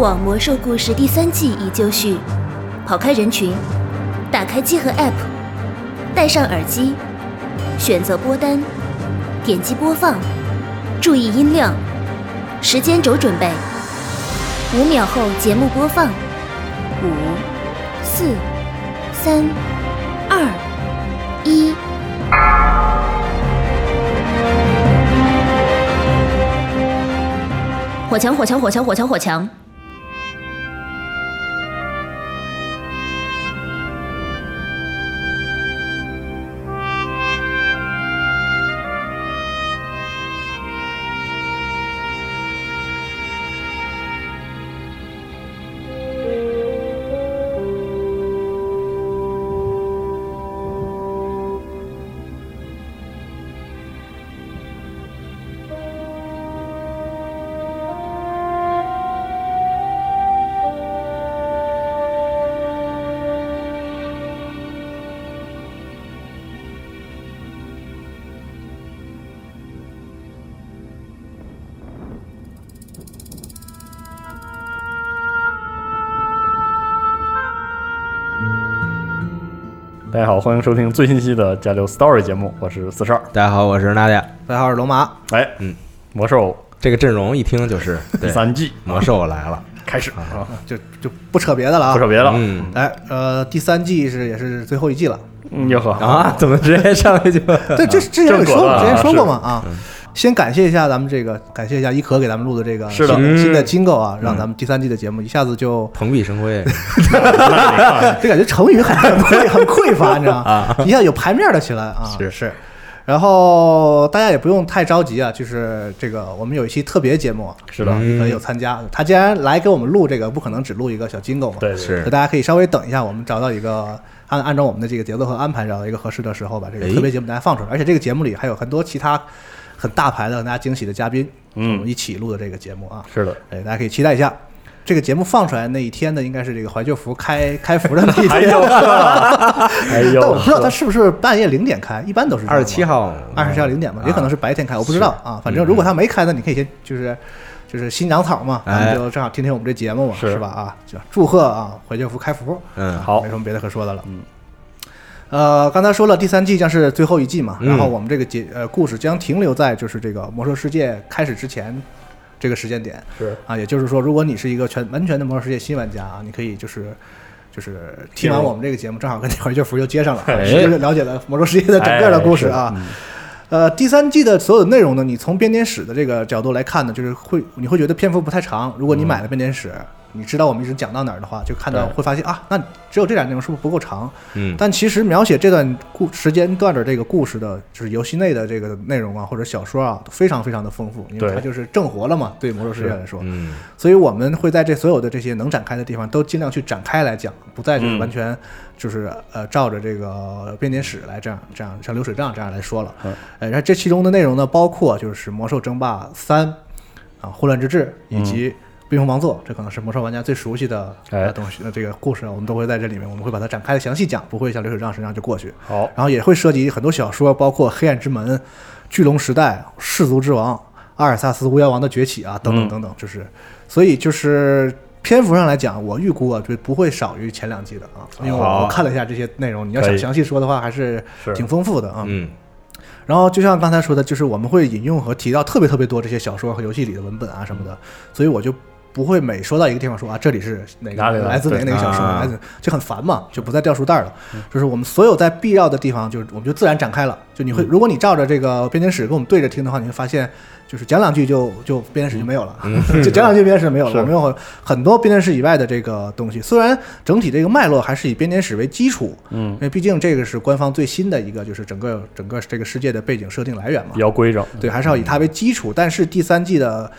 网魔兽故事》第三季已就绪，跑开人群，打开机核 App，戴上耳机，选择播单，点击播放，注意音量，时间轴准备，五秒后节目播放，五、四、三、二、一。火墙，火墙，火墙，火墙，火墙！大家好，欢迎收听最新一期的《加六 Story》节目，我是四十二。大家好，我是娜姐。大家好，我是龙马。哎，嗯，魔兽这个阵容一听就是 第对三季魔兽来了，开始啊，就就不扯别的了啊，不扯别的了。嗯哎，呃，第三季是也是最后一季了。嗯，哟呵，啊，怎么直接上来就对，这之前也正说果过，断之啊前说过嘛啊。先感谢一下咱们这个，感谢一下一可给咱们录的这个是的新嗯新的金购啊，让咱们第三季的节目一下 子就蓬荜生 辉？就感觉成语很 很匮很匮乏，你知道吗？啊一下有排面了起来啊。是是。然后大家也不用太着急啊，就是这个我们有一期特别节目，是的，嗯呃有参加，他既然来给我们录这个，不可能只录一个小金购嘛，对，对是所以大家可以稍微等一下，我们找到一个按按照我们的这个节奏和安排，找到一个合适的时候，把这个哎特别节目给大家放出来。而且这个节目里还有很多其他很大牌的、让大家惊喜的嘉宾，嗯我们一起录的这个节目啊，是的，哎，大家可以期待一下。这个节目放出来那一天呢，应该是这个怀旧服开开服的那 一哎天，呦啊呵， 哎呦，但我不知道他是不是半夜零点开，一般都是二十七号，二十七号零点吧，也可能是白天开，我不知道啊。反正嗯如果他没开呢，你可以先就是就是新娘草嘛，咱哎们就正好听听我们这节目嘛，是是吧？啊，就祝贺啊，怀旧服开服，嗯好没，什么别的可说的了。嗯，呃，刚才说了，第三季将是最后一季嘛，嗯然后我们这个节呃故事将停留在就是这个魔兽世界开始之前这个时间点是啊，也就是说，如果你是一个全完全的魔兽世界新玩家啊，你可以就是。就是听完进入我们这个节目，正好跟这怀旧服又接上了，哎就是了解了魔兽世界的整个的故事啊。呃，第三季的所有内容呢，你从编年史的这个角度来看呢，就是会你会觉得篇幅不太长。如果你买了编年史，你知道我们一直讲到哪儿的话，就看到对会发现啊，那只有这点内容是不是不够长？嗯，但其实描写这段故时间段的这个故事的，就是游戏内的这个内容啊，或者小说啊，都非常非常的丰富，因为对它就是正活了嘛，对魔兽世界来说。嗯所以我们会在这所有的这些能展开的地方，都尽量去展开来讲，不再就是嗯完全就是、呃照着这个编年史来这样这样像流水账这样来说了。嗯呃，然后这其中的内容呢，包括就是《魔兽争霸三》啊，《混乱之治》嗯以及《冰封王座》，这可能是魔兽玩家最熟悉的、哎呃、东西。呃这个故事啊我们都会在这里面，我们会把它展开的详细讲，不会像流水账实际上就过去。好，然后也会涉及很多小说，包括《黑暗之门》《巨龙时代》《氏族之王》《阿尔萨斯巫妖王的崛起》啊，嗯等等等等，就是，所以就是篇幅上来讲，我预估啊，就不会少于前两季的啊，因为我好我看了一下这些内容，你要可想以详细说的话，还是是挺丰富的啊。嗯然后就像刚才说的，就是我们会引用和提到特别特别多这些小说和游戏里的文本啊什么的，所以我就不会每说到一个地方说啊这里是哪个哪里来的来自哪个对哪个小说，啊来自就很烦嘛，就不再掉书袋了。就是我们所有在必要的地方，就是我们就自然展开了。就你会，如果你照着这个编年史跟我们对着听的话，你会发现。就是讲两句就就编年史就没有了， 就讲两句编年史没有了。嗯是我们有很多编年史以外的这个东西，虽然整体这个脉络还是以编年史为基础，嗯因为毕竟这个是官方最新的一个，就是整个整个这个世界的背景设定来源嘛比。较规整，对，还是要以它为基础。但是第三季的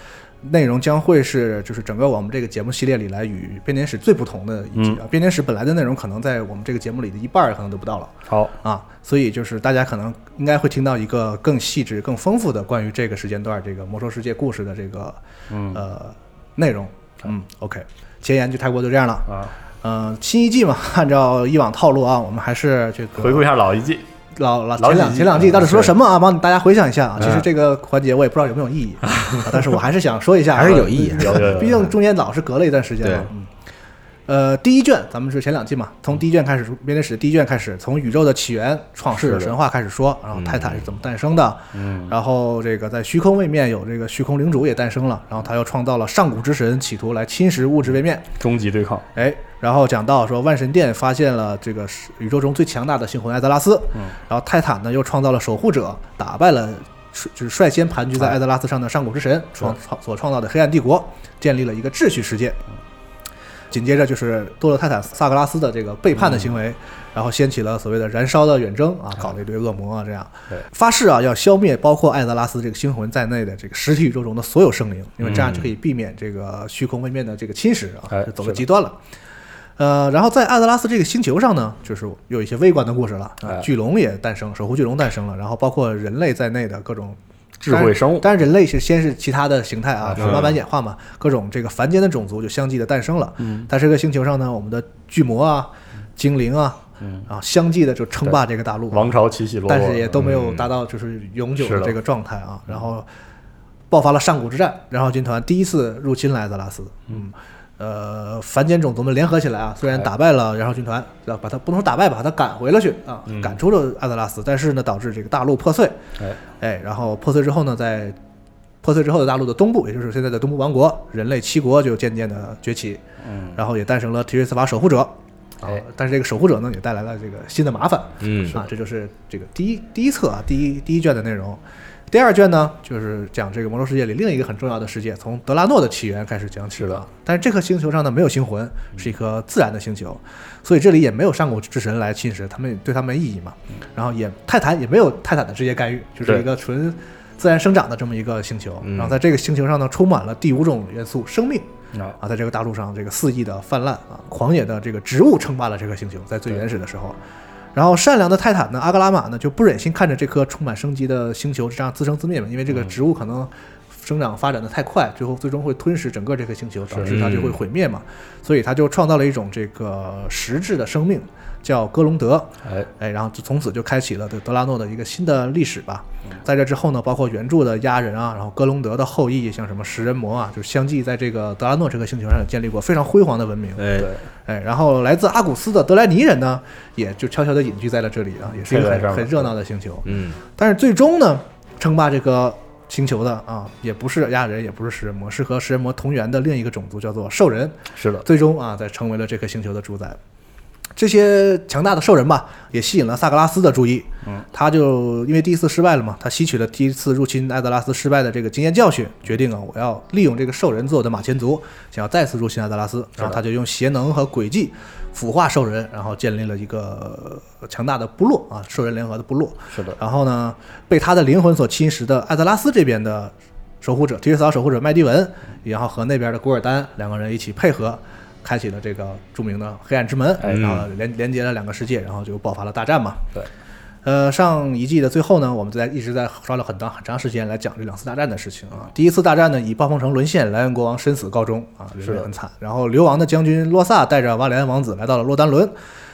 内容将会是，就是整个我们这个节目系列里来与编年史最不同的嗯一季。啊。编年史本来的内容可能在我们这个节目里的一半儿可能都不到了好，啊，所以就是大家可能应该会听到一个更细致、更丰富的关于这个时间段儿这个魔兽世界故事的这个嗯呃内容。嗯，OK，前言就差不多就这样了。啊，呃，新一季嘛，按照以往套路啊，我们还是这个回顾一下老一季，老老老前几两季前两季到底说是什么啊？帮大家回想一下啊。嗯 其实这个环节我也不知道有没有意义，啊但是我还是想说一下啊，还是有意义嗯有有有毕竟中间老是隔了一段时间对嘛。嗯呃，第一卷咱们是前两季嘛，从第一卷开始，编年史第一卷开始，从宇宙的起源、创世、神话开始说，然后泰坦是怎么诞生的，嗯，然后这个在虚空位面有这个虚空领主也诞生了，然后他又创造了上古之神，企图来侵蚀物质位面，终极对抗，哎，然后讲到说万神殿发现了这个是宇宙中最强大的星魂艾泽拉斯，嗯，然后泰坦呢又创造了守护者，打败了率就是率先盘哎踞在艾泽拉斯上的上古之神嗯创创所创造的黑暗帝国，建立了一个秩序世界。紧接着就是多勒泰坦萨格拉斯的这个背叛的行为，嗯然后掀起了所谓的燃烧的远征啊，搞了一堆恶魔啊，这样对发誓啊要消灭包括艾泽拉斯这个星魂在内的这个实体宇宙中的所有生灵，因为这样就可以避免这个虚空位面的这个侵蚀啊嗯哎，就走是个的极端了。呃，然后在艾泽拉斯这个星球上呢，就是有一些微观的故事了，啊哎巨龙也诞生，守护巨龙诞生了，然后包括人类在内的各种智慧生物但是人类是先是其他的形态啊，嗯慢慢演化嘛，各种这个凡间的种族就相继的诞生了。嗯，在这个星球上呢，我们的巨魔啊、精灵啊，嗯啊，相继的就称霸这个大陆，王朝起起落落，但是也都没有达到就是永久是的的这个状态啊。然后爆发了上古之战，然后军团第一次入侵了艾泽拉斯。嗯，呃，凡间种族们联合起来啊，虽然打败了然后军团，要把他不能说打败吧，把他赶回了去啊，赶出了艾泽拉斯，但是呢，导致这个大陆破碎。哎，哎，然后破碎之后呢，在破碎之后的大陆的东部，也就是现在的东部王国，人类七国就渐渐的崛起，嗯，然后也诞生了提瑞斯法守护者，啊哎，但是这个守护者呢，也带来了这个新的麻烦，嗯啊，这就是这个第一第一册啊，第一第一卷的内容。第二卷呢，就是讲这个魔兽世界里另一个很重要的世界，从德拉诺的起源开始讲起是的嗯啊。但是这颗星球上呢，没有星魂，是一颗自然的星球，所以这里也没有上古之神来侵蚀，他们对他们没意义嘛。然后也泰坦也没有泰坦的直接干预，就嗯是对一个纯自然生长的这么一个星球。嗯然后在这个星球上呢，充满了第五种元素生命啊，啊，在这个大陆上这个肆意的泛滥啊，狂野的这个植物称霸了这颗星球，在最原始的时候。然后善良的泰坦呢，阿格拉玛呢，就不忍心看着这颗充满生机的星球这样自生自灭嘛，因为这个植物可能生长发展的太快，最后最终会吞噬整个这颗星球，导致它就会毁灭嘛。所以他就创造了一种这个实质的生命，叫戈隆德。哎，哎，然后就从此就开启了对德拉诺的一个新的历史吧。在这之后呢，包括原著的亚人啊，然后戈隆德的后裔，像什么食人魔啊，就相继在这个德拉诺这个星球上也建立过非常辉煌的文明。 哎，对，哎，然后来自阿古斯的德莱尼人呢，也就悄悄地隐居在了这里啊，也是一个太在这儿很了很热闹的星球。嗯，但是最终呢，称霸这个星球的啊，也不是亚人，也不是食人魔，是和食人魔同源的另一个种族，叫做兽人。是的，最终啊，才成为了这颗星球的主宰。这些强大的兽人吧，也吸引了萨格拉斯的注意。嗯，他就因为第一次失败了嘛，他吸取了第一次入侵艾泽拉斯失败的这个经验教训，决定啊，我要利用这个兽人做我的马前卒，想要再次入侵艾泽拉斯。然后他就用邪能和诡计腐化兽人，然后建立了一个呃强大的部落啊，兽人联合的部落。是的，然后呢，被他的灵魂所侵蚀的艾泽拉斯这边的守护者提瑞斯岛守护者麦迪文，然后和那边的古尔丹两个人一起配合，开启了这个著名的黑暗之门，哎然后连连接了两个世界，然后就爆发了大战嘛。对，呃，上一季的最后呢，我们在一直在花了很长很长时间来讲这两次大战的事情啊。第一次大战呢，以暴风城沦陷、莱恩国王身死告终啊，是的人类很惨。然后流亡的将军洛萨带着瓦里安王子来到了洛丹伦，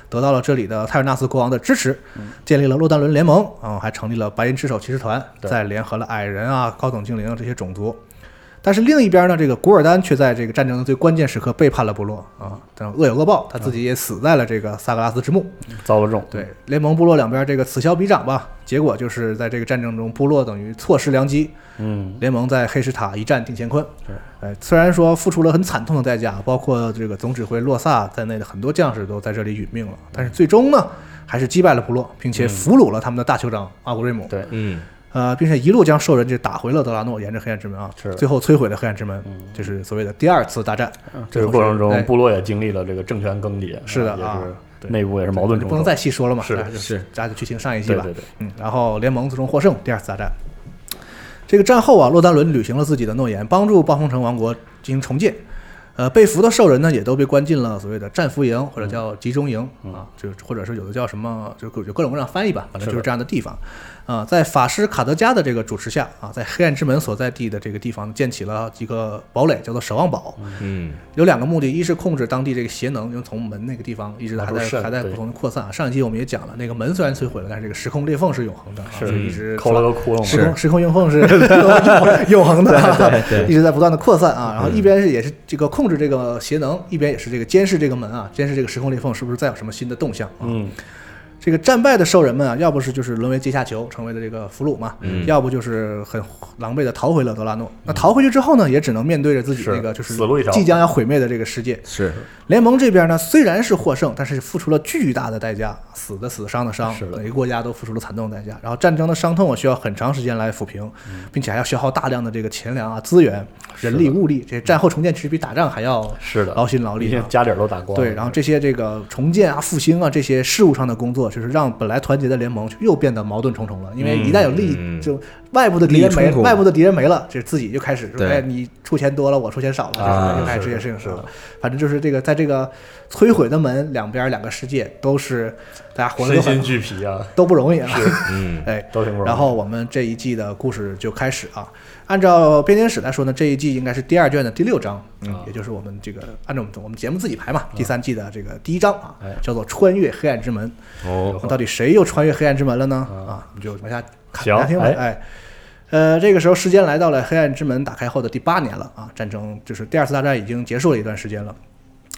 得到了这里的泰尔纳斯国王的支持，嗯建立了洛丹伦联盟啊，还成立了白银之手骑士团，对再联合了矮人啊、高等精灵啊这些种族。但是另一边呢，这个古尔丹却在这个战争的最关键时刻背叛了部落啊，这样恶有恶报，他自己也死在了这个萨格拉斯之墓。遭了重，对，联盟部落两边这个此消彼长吧，结果就是在这个战争中，部落等于错失良机，嗯，联盟在黑石塔一战定乾坤。是，哎，虽然说付出了很惨痛的代价，包括这个总指挥洛萨在内的很多将士都在这里殒命了，但是最终呢，还是击败了部落，并且俘虏了他们的大酋长阿古瑞姆。对，嗯，呃，并且一路将兽人这打回了德拉诺，沿着黑暗之门啊是，嗯最后摧毁了黑暗之门，就是所谓的第二次大战。这个过程哎中，部落也经历了这个政权更迭，是的啊也是对内部也是矛盾就重不重，能再细说了嘛，是大家就是大家就去听上一季对吧。对对，嗯，然后联盟最终获胜，第二次大战。这个战后啊，洛丹伦履行了自己的诺言，帮助暴风城王国进行重建。呃，被俘的兽人呢，也都被关进了所谓的战俘营嗯或者叫集中营、啊，就或者是有的叫什么，就各有各种各样的翻译吧，反正就是这样的地方。啊、在法师卡德加的这个主持下啊，在黑暗之门所在地的这个地方建起了一个堡垒，叫做守望堡。嗯，有两个目的，一是控制当地这个邪能，因为从门那个地方一直还往在出渗还在对不停的扩散啊。上一集我们也讲了，那个门虽然摧毁了，但是这个时空裂缝是永恒的啊，是所以一直抠了个窟窿嘛，时空时空永 缝是永恒的啊，对 一直在不断的扩散啊。然后嗯一边是也是这个控制这个邪能，一边也是这个监视这个门啊，监视这个时空裂缝是不是再有什么新的动向啊？嗯，这个战败的兽人们啊，要不是就是沦为阶下囚，成为了这个俘虏嘛，嗯要不就是很狼狈的逃回了德拉诺。那逃回去之后呢，也只能面对着自嗯己是那个就是死路一条即将要毁灭的这个世界。是联盟这边呢，虽然是获胜，但是付出了巨大的代价，死的死，伤的伤，是的每个国家都付出了惨重的代价。然后战争的伤痛啊，需要很长时间来抚平，嗯并且还要消耗大量的这个钱粮啊、资源、人力、物力，这些战后重建其实比打仗还要是的，劳心劳毕力、啊竟。家底儿都打光了，对，然后这些这个重建啊、复兴啊这些事务上的工作，就是让本来团结的联盟就又变得矛盾重重了。因为一旦有利益，嗯就外部的敌人利益没，冲突外部的敌人没了，就自己就开始说，对哎，你出钱多了，我出钱少了，啊就是又开始这是些事情是上了。反正就是这个，在这个摧毁的门两边两个世界都是大家活身得都心很俱疲啊，都不容易啊。嗯哎，都挺不容易。然后我们这一季的故事就开始啊。按照编年史来说呢，这一季应该是第二卷的第六章，嗯啊，也就是我们这个按照我们我们节目自己排嘛，第三季的这个第一章啊哎，叫做《穿越黑暗之门》。哦，到底谁又穿越黑暗之门了呢？啊，我们就往下看行往下听吧。哎哎，呃，这个时候时间来到了黑暗之门打开后的第八年了啊，战争就是第二次大战已经结束了一段时间了。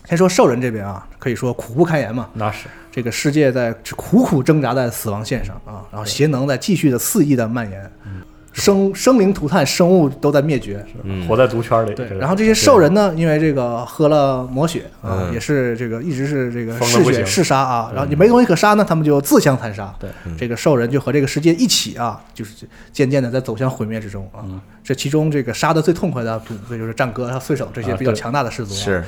先说兽人这边啊，可以说苦不堪言嘛，那是这个世界在苦苦挣扎在死亡线上啊，然后邪能在继续的肆意的蔓延，嗯生生灵涂炭，生物都在灭绝。嗯活在毒圈里。对这，个然后这些兽人呢，因为这个喝了魔血啊，嗯也是这个一直是这个疯得嗜不血行嗯嗜杀啊，然后你没东西可杀呢，他们就自相残杀。对嗯这个兽人就和这个世界一起啊，就是渐渐的在走向毁灭之中啊。嗯这其中这个杀的最痛快的部分就是战歌、碎手这些啊比较对强大的氏族啊。是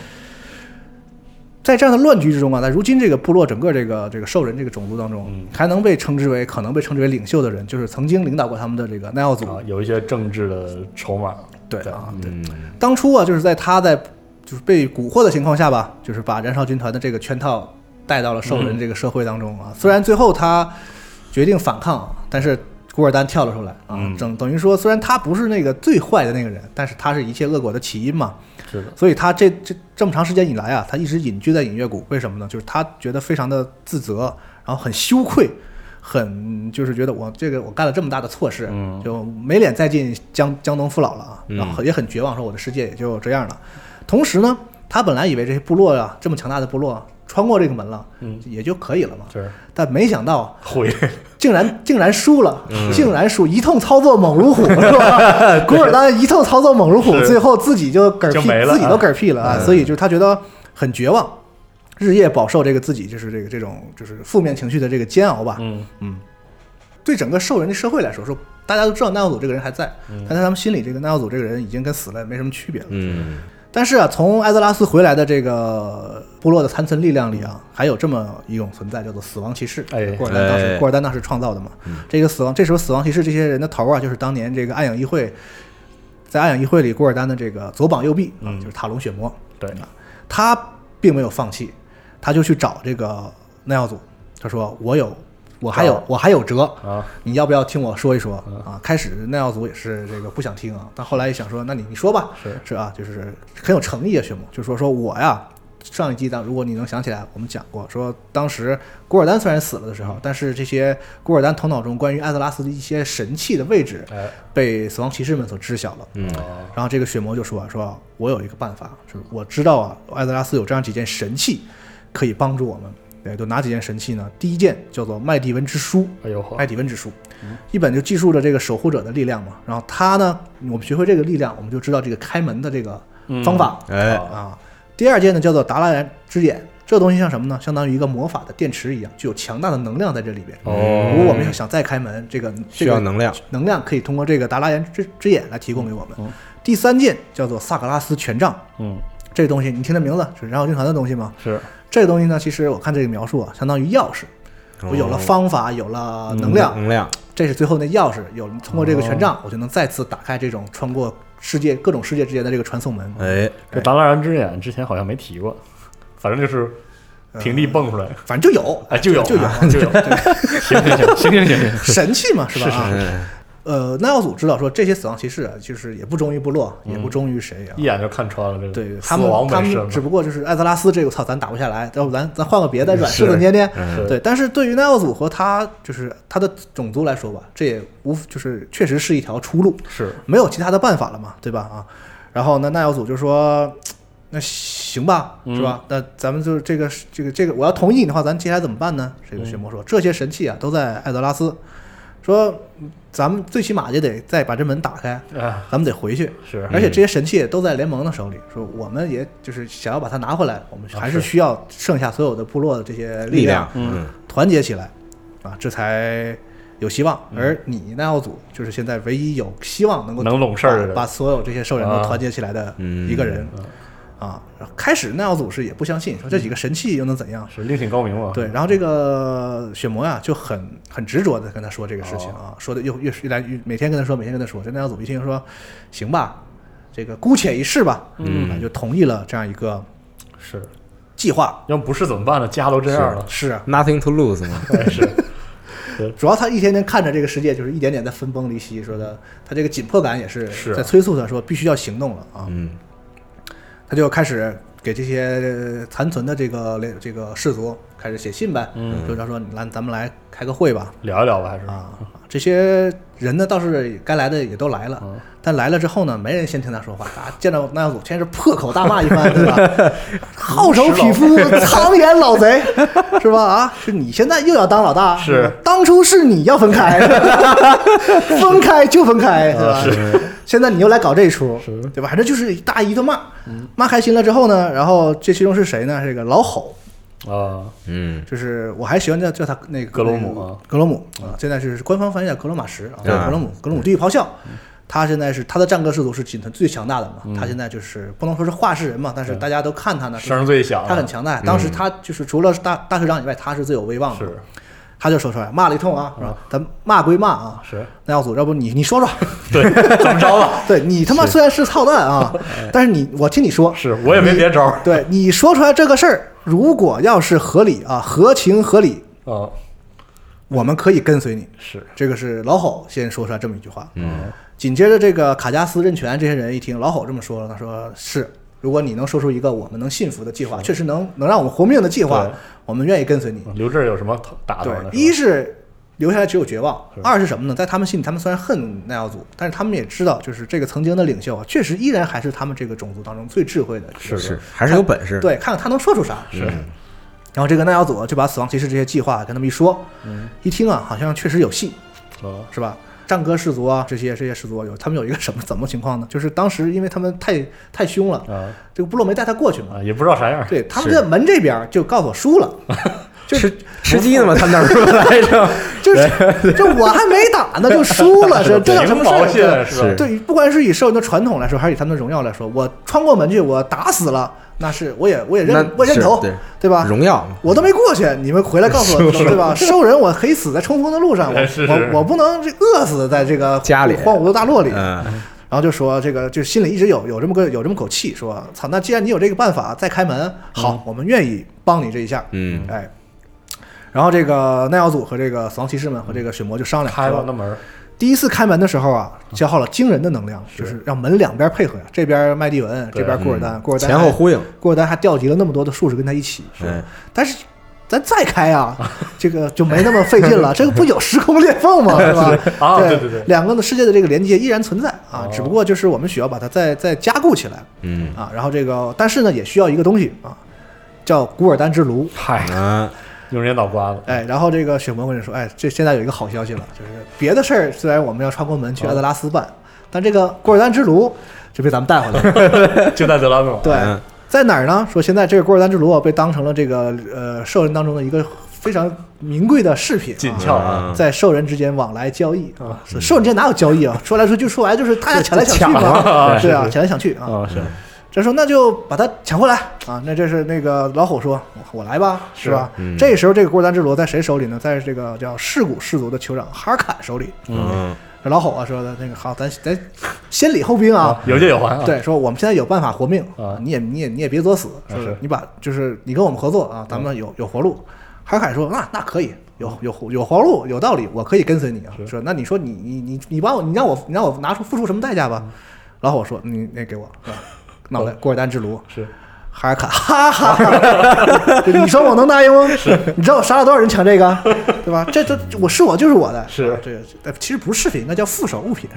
在这样的乱局之中啊，在如今这个部落整个这个这个兽人这个种族当中，还能被称之为可能被称之为领袖的人，就是曾经领导过他们的这个奈奥族。啊，有一些政治的筹码，对啊，对，嗯当初啊，就是在他在就是被蛊惑的情况下吧，就是把燃烧军团的这个圈套带到了兽人这个社会当中啊。虽然最后他决定反抗，但是古尔丹跳了出来啊，嗯等等于说，虽然他不是那个最坏的那个人，但是他是一切恶果的起因嘛。是的，所以他这这这么长时间以来啊，他一直隐居在隐月谷，为什么呢？就是他觉得非常的自责，然后很羞愧，很就是觉得我这个我干了这么大的错事，嗯就没脸再进江江东父老了啊，嗯然后也很绝望，说我的世界也就这样了。同时呢，他本来以为这些部落啊，这么强大的部落穿过这个门了，嗯也就可以了嘛，就是但没想到会 竟然竟然输了，嗯竟然输一通操作猛如虎， 是 吧？古尔丹一通操作猛如虎，是最后自己就嗝就屁，没了自己啊都嗝屁了啊！所以就是他觉得很绝望，日夜饱受这个自己就是这个这种就是负面情绪的这个煎熬吧。嗯对整个兽人的社会来说，说大家都知道纳奥祖这个人还在，嗯但在他们心里，这个纳奥祖这个人已经跟死了没什么区别了。嗯但是啊，从艾泽拉斯回来的这个部落的残存力量里啊，还有这么一种存在，叫做死亡骑士。哎古尔丹当时哎古尔丹当时创造的嘛。这个死亡，这时候死亡骑士这些人的头啊，就是当年这个暗影议会，在暗影议会里，古尔丹的这个左膀右臂啊，嗯就是塔隆血魔。对啊，他并没有放弃，他就去找这个耐药组，他说：“我有，我还有哦，我还有辙。”啊，你要不要听我说一说啊？开始耐药组也是这个不想听啊，但后来一想说，那你你说吧，是是啊，就是很有诚意啊，血魔，就说说我呀，上一季当如果你能想起来，我们讲过，说当时古尔丹虽然死了的时候，但是这些古尔丹头脑中关于艾泽拉斯的一些神器的位置哎，被死亡骑士们所知晓了。嗯啊然后这个血魔就说啊：“说我有一个办法，就是我知道啊，艾泽拉斯有这样几件神器，可以帮助我们。对，都哪几件神器呢？第一件叫做麦迪文之书，哎呦呵麦迪文之书，一本就记述着这个守护者的力量嘛。然后它呢，我们学会这个力量，我们就知道这个开门的这个方法、哎嗯啊。第二件呢，叫做达拉然之眼，这东西像什么呢？相当于一个魔法的电池一样，具有强大的能量在这里边。哦如果我们想再开门，这个需这要个能量，能量可以通过这个达拉然之之眼来提供给我们。第三件叫做萨格拉斯权杖，嗯这个东西你听这名字是燃烧军团的东西吗？是这个东西呢，其实我看这个描述啊，相当于钥匙。我有了方法，有了能量，哦能量，这是最后那钥匙，有通过这个权杖，我就能再次打开这种穿过世界各种世界之间的这个传送门。哎，这达拉然之眼之前好像没提过，反正就是平地蹦出来，反正就有，哎，就有嗯就有啊 就有，行行行行行行行，神器嘛，是吧？啊嗯，呃，那奥祖知道说这些死亡骑士啊，就是也不忠于部落，也不忠于谁啊。一眼就看穿了这个，对他嗯死们亡，啊他本身们嘛只不过就是艾泽拉斯这个，操，咱打不下来，要不咱咱换个别的软是柿子捏捏。是嗯对，但是对于奈奥祖和他就是他的种族来说吧，这也无就是确实是一条出路，是没有其他的办法了嘛，对吧？啊，然后呢，奈奥祖就说，那行吧，是嗯吧？那咱们就是这个这个这个，我要同意你的话，咱接下来怎么办呢？这嗯个血魔说，这些神器啊都在艾泽拉斯，说嗯咱们最起码也得再把这门打开，啊，咱们得回去。是而且嗯这些神器都在联盟的手里，说我们也就是想要把它拿回来，我们啊还是需要剩下所有的部落的这些力量量，嗯，团结起来，啊，这才有希望。而你奈奥组就是现在唯一有希望能嗯够能拢事儿的人把把所有这些兽人都啊团结起来的一个人，嗯啊，开始奈奥组是也不相信，说这几个神器又能怎样？是另请高明嘛，对，然后这个血魔呀、就很很执着的跟他说这个事情啊，说的又越越来越每天跟他说，每天跟他说。这奈奥祖一听说，行吧，这个姑且一试吧，嗯，就同意了这样一个是，计划。要不是怎么办呢？家都这样了，是啊， ，nothing to lose 嘛，哎是主要他一天天看着这个世界，就是一点点在分崩离析，说的他这个紧迫感也是啊是在催促他说必须要行动了啊。嗯，他就开始给这些残存的这个类这个氏族开始写信呗，嗯，就他说来咱们来开个会吧，聊一聊吧，还是啊，这些人呢倒是该来的也都来了，但来了之后呢，没人先听他说话，大家见到那耀祖先是破口大骂一番，对吧？好手匹夫，苍眼老贼，是吧？啊，是你现在又要当老大，是吧当初是你要分开， 分开就分开，对吧？现在你又来搞这一出，对吧？反正就是一大一顿骂，骂开心了之后呢，然后这其中是谁呢？这个老吼，啊，嗯，就是我还喜欢叫叫他那个格罗姆啊，格罗姆啊，现在是官方翻译叫格罗马什啊，啊格罗姆，格罗姆地狱咆哮，嗯他现在是他的战歌氏族是仅存最强大的嘛，他现在就是不能说是化石人嘛，但是大家都看他呢，声儿最响，他很强大，当时他就是除了大大酋长以外，他是最有威望的是，他就说出来骂了一通啊，是吧？咱骂归骂啊， 是那耀祖，要不你你说说，对，怎么着吧？ 对你他妈虽然是操蛋啊，但是你我听你 说，是我也没别招儿 对你说出来这个事儿，如果要是合理啊，合情合理，啊，我们可以跟随你。是这个是老吼先说出来这么一句话。嗯，紧接着这个卡加斯、任权这些人一听老吼这么说了，他说是，如果你能说出一个我们能信服的计划，确实能能让我们活命的计划对，我们愿意跟随你。嗯刘志有什么打头对呢？，一是是留下来只有绝望，二是什么呢？在他们心里，他们虽然恨奈奥族，但是他们也知道，就是这个曾经的领袖啊，确实依然还是他们这个种族当中最智慧的一个人。是，还是有本事，，对，看看他能说出啥。是。然后这个奈奥佐就把死亡骑士这些计划跟他们一说，一听啊，好像确实有戏，吧啊，是吧？战歌氏族啊，这些这些氏族啊有他们有一个什么怎么情况呢？ 就是当时因为他们太太凶了，啊这个部落没带他过去啊，嘛，也不知道啥样儿， 对他们在门这边就告诉我输了，就是吃吃鸡呢嘛，他们那儿说来着，就是就我还没打呢就输 了，这这叫没什个么毛事线儿？是吧？是对，不管是以兽人的传统来说，还是以他们的荣耀来说，我穿过门去，我打死了，那是我也我也认那我也认是头，对对吧？荣耀， 我都没过去，你们回来告诉我，对吧？兽人我可以死在冲锋的路上，我哎是是我我不能这饿死在这个家里荒芜的大陆里。嗯，然后就说这个，就心里一直有有这么个有这么口气，说操，那既然你有这个办法，再开门，好，我们愿意帮你这一下。嗯哎，然后这个耐药组和这个死亡骑士们和这个血魔就商量，开说了那门儿，第一次开门的时候啊，消耗了惊人的能量，就是让门两边配合呀，这边麦蒂文，这对边古尔丹，古尔丹嗯前后呼应，古尔丹还调集了那么多的术士跟他一起，哎，但是咱再开啊， 这个就没那么费 劲了。这个不有时空裂缝吗？是吧？啊对对对对两个的世界的这个连接依然存在哦，啊只不过就是我们需要把它再再加固起来嗯，啊。然后这个，但是呢，也需要一个东西啊，叫古尔丹之炉。嗨，啊，用人家脑瓜子，哎，然后这个雪魔跟你说，哎，这现在有一个好 消息了，就是别的事儿虽然我们要穿过门去哦阿德拉斯办，但这个古尔丹之炉就被咱们带回来了。就在德拉诺，对嗯，在哪儿呢？说现在这个古尔丹之炉啊被当成了这个呃兽人当中的一个非常名贵的饰品、啊，紧俏啊，在兽人之间往来交易啊，是兽人之间哪有交易啊？说来说去，说来就是大家抢来抢去嘛，啊对啊，是是抢来抢去啊。啊是这时候那就把他抢回来啊，那这是那个老虎说，我我来吧，是吧？嗯这时候这个孤单之罗在谁手里呢？在这个叫噬骨氏族的酋长哈尔坎手里。嗯，老吼啊说的那个好，咱咱先礼后兵啊，有借有还啊。对，说我们现在有办法活命啊你也你也你也别作死，啊说是嗯你把就是你跟我们合作啊，咱们有有活路。海凯说那那可以，有有有活路，有道理，我可以跟随你啊。说那你说你你你你把我你让我你让我拿出付出什么代价嗯吧？然后我说你 那给我啊，脑袋哦古尔丹之炉 是海尔卡，哈哈哈！ 你说我能答应吗？你知道我杀了多少人抢这个，对吧？这这我是我就是我的，是啊这个呃其实不是饰品，应该叫附属 物品。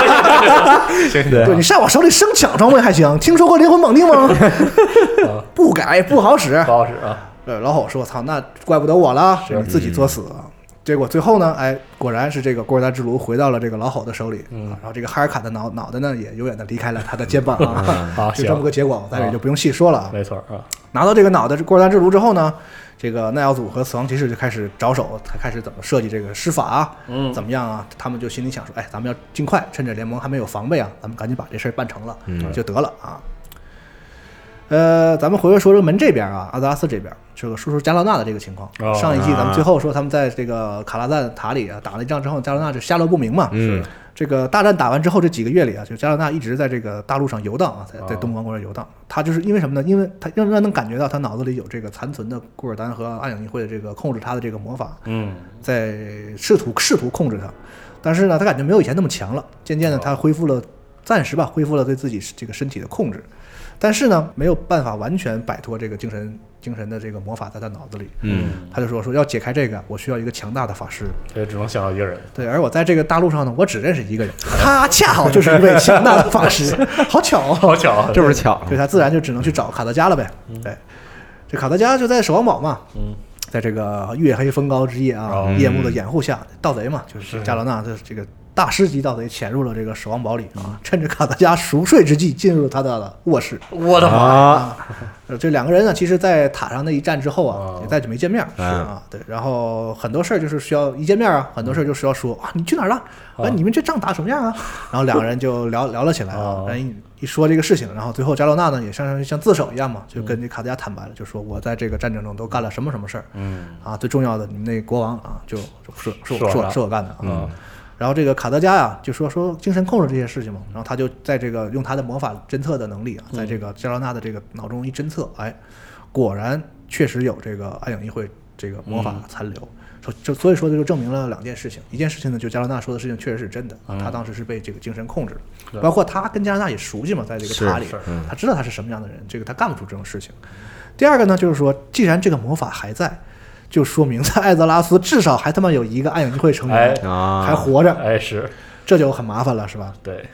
行行，对对你上我手里生抢装备还行，听说过灵魂绑定吗？ 不改不好使。高老师啊，呃，老吼说：“我操，那怪不得我了，是嗯你自己作死啊！”结果最后呢，哎，果然是这个郭尔丹之炉回到了这个老吼的手里，嗯、然后这个哈尔卡的脑脑袋呢也永远的离开了他的肩膀 啊，嗯好就这么行个结果，咱也啊就不用细说了啊。没错啊，拿到这个脑袋过山之炉之后呢，这个耐药组和死亡骑士就开始着手，他开始怎么设计这个施法啊，嗯怎么样啊？他们就心里想说，哎，咱们要尽快，趁着联盟还没有防备啊，咱们赶紧把这事儿办成了，嗯就得了啊。呃，咱们回回说这个门这边啊，阿泽拉斯这边，这个说说加罗纳的这个情况。哦上一季咱们啊最后说他们在这个卡拉赞塔里啊打了一仗之后，加罗纳就下落不明嘛。嗯，这个大战打完之后这几个月里啊，就加拿大一直在这个大陆上游荡啊，在在哦东方国这游荡。他就是因为什么呢？因为他仍然能感觉到他脑子里有这个残存的古尔丹和暗影议会的这个控制他的这个魔法，嗯，在试图试图控制他。但是呢，他感觉没有以前那么强了。渐渐的，他恢复了暂时吧，恢复了对自己这个身体的控制。但是呢，没有办法完全摆脱这个精神精神的这个魔法在他脑子里。嗯，他就说说要解开这个，我需要一个强大的法师。这只能想到一个人，对，而我在这个大陆上呢，我只认识一个人，他恰好就是一位强大的法师，好巧啊！好巧啊，这不是巧对他自然就只能去找卡德加了呗。对，这卡德加就在守望堡嘛，嗯，在这个月黑风高之夜啊，哦夜幕的掩护下，盗贼嘛，就是是加罗纳的这个大师级盗贼潜入了这个守望堡里啊，趁着卡德加熟睡之际进入他的卧室。我的妈，啊？呃，这两个人呢，其实，在塔上那一战之后啊哦，也再就没见面儿，嗯是啊，对。然后很多事儿就是需要一见面啊，很多事儿就需要说啊，你去哪儿了？啊，哦你们这仗打什么样啊？然后两个人就聊聊了起来啊哦，然后一一说这个事情，然后最后加罗纳呢，也像像自首一样嘛，就跟这卡德加坦白了，就说我在这个战争中都干了什么什么事儿，嗯，啊，最重要的你们那国王啊，就就是是是我我是我的是我干的啊嗯。然后这个卡德加呀、就说说精神控制这些事情嘛，然后他就在这个用他的魔法侦测的能力啊，嗯在这个加罗纳的这个脑中一侦测，哎，果然确实有这个暗影议会这个魔法残留。嗯说就所以说这就证明了两件事情，一件事情呢，就加罗纳说的事情确实是真的啊，他当时是被这个精神控制的，嗯对包括他跟加拿大也熟悉嘛，在这个是塔里是，他知道他是什么样的人，这个他干不出这种事情。第二个呢，就是说，既然这个魔法还在，就说明在艾泽拉斯至少还他妈有一个暗影议会成员、哎啊还活着，哎是，这就很麻烦了，是吧？对，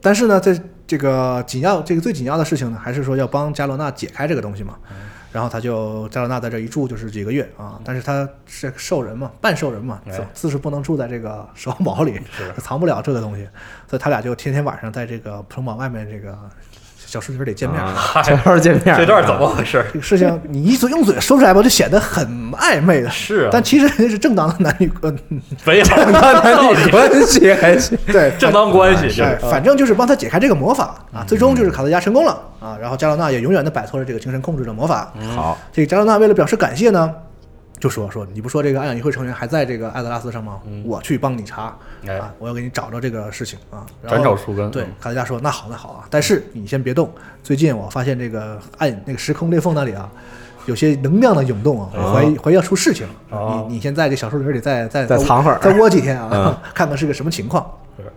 但是呢，这这个紧要，这个最紧要的事情呢，还是说要帮加罗纳解开这个东西嘛。嗯然后他就加罗纳在这一住就是几个月啊，但是他是兽人嘛，半兽人嘛，哎自自是不能住在这个守望堡 里，藏不了这个东西，所以他俩就天天晚上在这个城堡外面这个小树林里见面。 啊小号见面，啊这段怎么回事？ 这个事情你一嘴用嘴说出来吧，就显得很暧昧的。是啊但其实人家是正当的男女呃关，没有 啊？道男女理，关系还行，对，正当关系就是，哎，啊嗯反正就是帮他解开这个魔法啊。最终就是卡德加成功了啊，然后加罗纳也永远的摆脱了这个精神控制的魔法。好，这个加罗纳为了表示感谢呢，就说说你不说这个暗影议会成员还在这个艾泽拉斯上吗？我去帮你查嗯哎啊，我要给你找着这个事情啊。然后斩草除根对嗯，卡德加说那好那好啊，但是你先别动，最近我发现这个暗那个时空裂缝那里啊。有些能量的涌动啊，我怀疑怀疑要出事情。哎哦你你先在这小树林里再再再藏会儿再窝几天啊， 看看是个什么情况。嗯是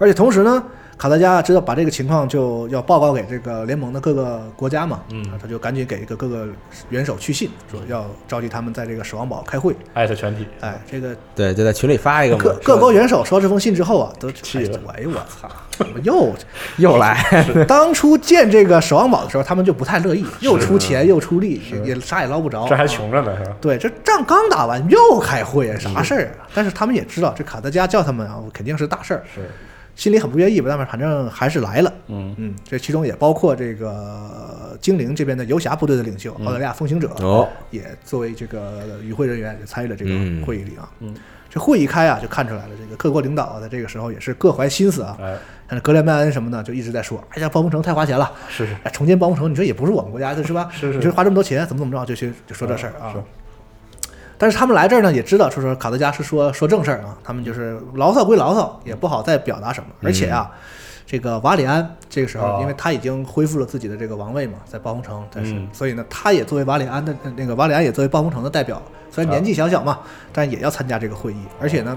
而且同时呢，卡德加知道把这个情况就要报告给这个联盟的各个国家嘛，嗯，他就赶紧给各个元首去信，嗯说要召集他们在这个守望堡开会。 艾特全体，哎，这个对，就在群里发一个嘛各，各国元首收到这封信之后啊，都气了哎呦我操， 怎么又又来，当初建这个守望堡的时候，他们就不太乐意，又出钱又出力，也也啥也捞不着，这还啊穷着呢是吧？对，这仗刚打完又开会啊，啥事儿啊？但是他们也知道，这卡德加叫他们啊，肯定是大事儿，是心里很不愿意吧，但是反正还是来了。嗯嗯，这其中也包括这个呃精灵这边的游侠部队的领袖嗯澳大利亚风行者，哦也作为这个与会人员也参与了这个嗯会议里啊。嗯这会一开啊，就看出来了，这个各国领导啊在这个时候也是各怀心思啊。哎像是格列曼恩什么的，就一直在说：“哎呀，包工程太花钱了，是是哎，重建包工程，你说也不是我们国家的是吧？是是嗯你说花这么多钱，怎么怎么着，就去就说这事儿啊。是但是他们来这儿呢，也知道说说卡德加是说说正事儿啊，他们就是牢骚归牢骚，也不好再表达什么。而且啊，这个瓦里安这个时嗯哦候，因为他已经恢复了自己的这个王位嘛，在暴风城，但是、嗯所以呢，他也作为瓦里安的那个瓦里安也作为暴风城的代表，虽然年纪小小嘛，嗯但也要参加这个会议。而且呢，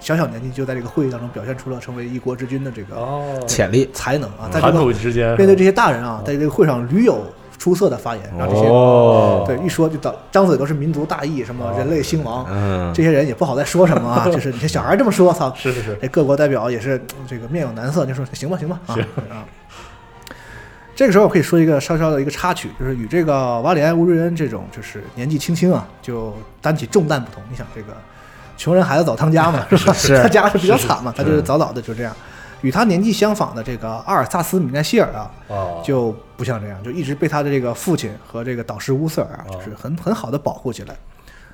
小小年纪就在这个会议当中表现出了成为一国之君的这个哦，潜力才能啊，在这谈个吐之间面对这些大人啊，在这个会上屡有出色的发言，让这些、哦对一说就到张嘴都是民族大义，什么人类兴亡，嗯这些人也不好再说什么啊。就是你这小孩这么说，操，是是是，这各国代表也是嗯这个面有难色，就说行吧行吧啊啊。这个时候我可以说一个稍稍的一个插曲，就是与这个瓦里埃乌瑞恩这种就是年纪轻轻啊就担起重担不同，你想这个穷人孩子早当家嘛，是吧？是他家是比较惨嘛，他就是早早的就这样。与他年纪相仿的这个阿尔萨斯米奈希尔啊，哦，就不像这样，就一直被他的这个父亲和这个导师乌瑟尔啊，哦就是很很好的保护起来。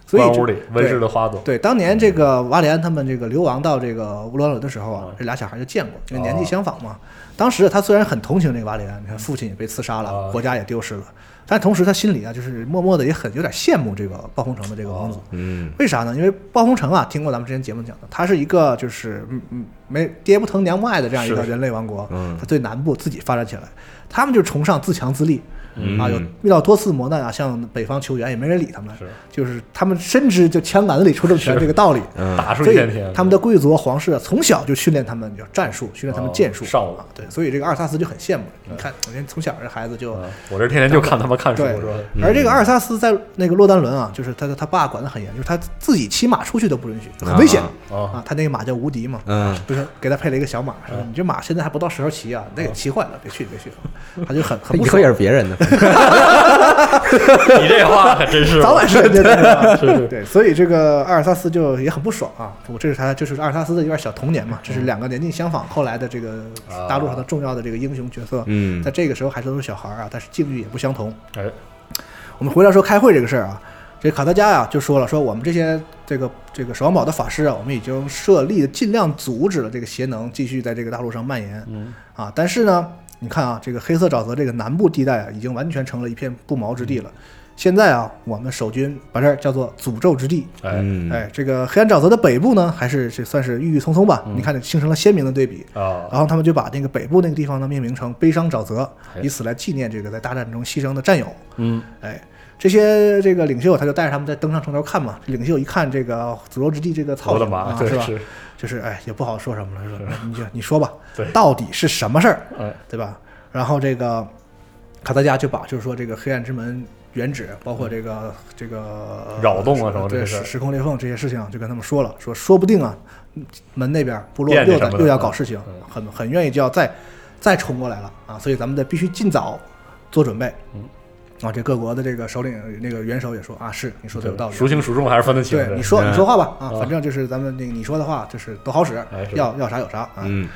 所以关就屋里温室的花朵，对，当年这个瓦里安他们这个流亡到这个乌罗伦的时候哦啊，这俩小孩就见过，因为年纪相仿嘛。当时他虽然很同情这个瓦里安，你看父亲也被刺杀了哦，国家也丢失了，但同时他心里啊，就是默默的也很有点羡慕这个暴风城的这个王子。哦嗯，为啥呢？因为暴风城啊，听过咱们之前节目讲的，它是一个就是嗯嗯没爹不疼娘不爱的这样一个是人类王国，嗯它对南部自己发展起来，他们就崇尚自强自立。嗯啊，有遇到多次磨难啊，向北方求援也没人理他们，是就是他们深知就枪杆子里 出政权这个道理，嗯打出所一以片天，他们的贵族啊皇室啊，从小就训练他们叫战术，训练他们剑术、哦上武啊。对，所以这个阿尔萨斯就很羡慕。你看，人家从小这孩子就、嗯我这天天就看他们看书，对我说，而这个阿尔萨斯在那个洛丹伦啊，就是他他爸管得很严，就是他自己骑马出去都不允许，很危险啊啊啊。他那个马叫无敌嘛，嗯，不是给他配了一个小马，说嗯你这马现在还不到时候骑啊，你得给骑坏了，别去别 去。他就很他很不以后爽也，是别人的，你这话可真是，早晚是人家 的，是是对，所以这个阿尔萨斯就也很不爽啊。我这是他，这是阿尔萨斯的有点小童年嘛，这是两个年纪相仿，后来的这个嗯啊大陆上的重要的这个英雄角色，嗯在这个时候还是都是小孩儿啊，但是境遇也不相同。哎，我们回来说开会这个事儿啊，这卡特加呀、就说了，说我们这些这个这个守望堡的法师啊，我们已经设立尽量阻止了这个邪能继续在这个大陆上蔓延，嗯啊，但是呢，你看啊，这个黑色沼泽这个南部地带啊，已经完全成了一片不毛之地了。现在啊，我们守军把这儿叫做诅咒之地，哎嗯，哎，这个黑暗沼泽的北部呢，还是这算是郁郁葱葱吧？你看，形成了鲜明的对比。啊，然后他们就把那个北部那个地方呢命名成悲伤沼泽，哎以此来纪念这个在大战中牺牲的战友。嗯，哎，这些这个领袖他就带着他们在登上城头看嘛。领袖一看这个诅咒之地这个操我的场妈，啊， 对是吧？是，就是哎，也不好说什么了， 是吧？你就你说吧对，到底是什么事儿，哎，对吧？然后这个卡德加就把就是说这个黑暗之门原址，包括这个这个扰动啊什么这对些事时儿时空裂缝这些事情啊，就跟他们说了，说说不定啊，门那边部落惦记又什在么的又要搞事情嗯，很很愿意就要再再冲过来了啊，所以咱们得必须尽早做准备。嗯，啊，这各国的这个首领那个元首也说啊，是你说的有道理，孰轻孰重还是分得清，对，你说嗯你说话吧啊啊，反正就是咱们那个你说的话就是都好使哎，是要要啥有啥啊。嗯，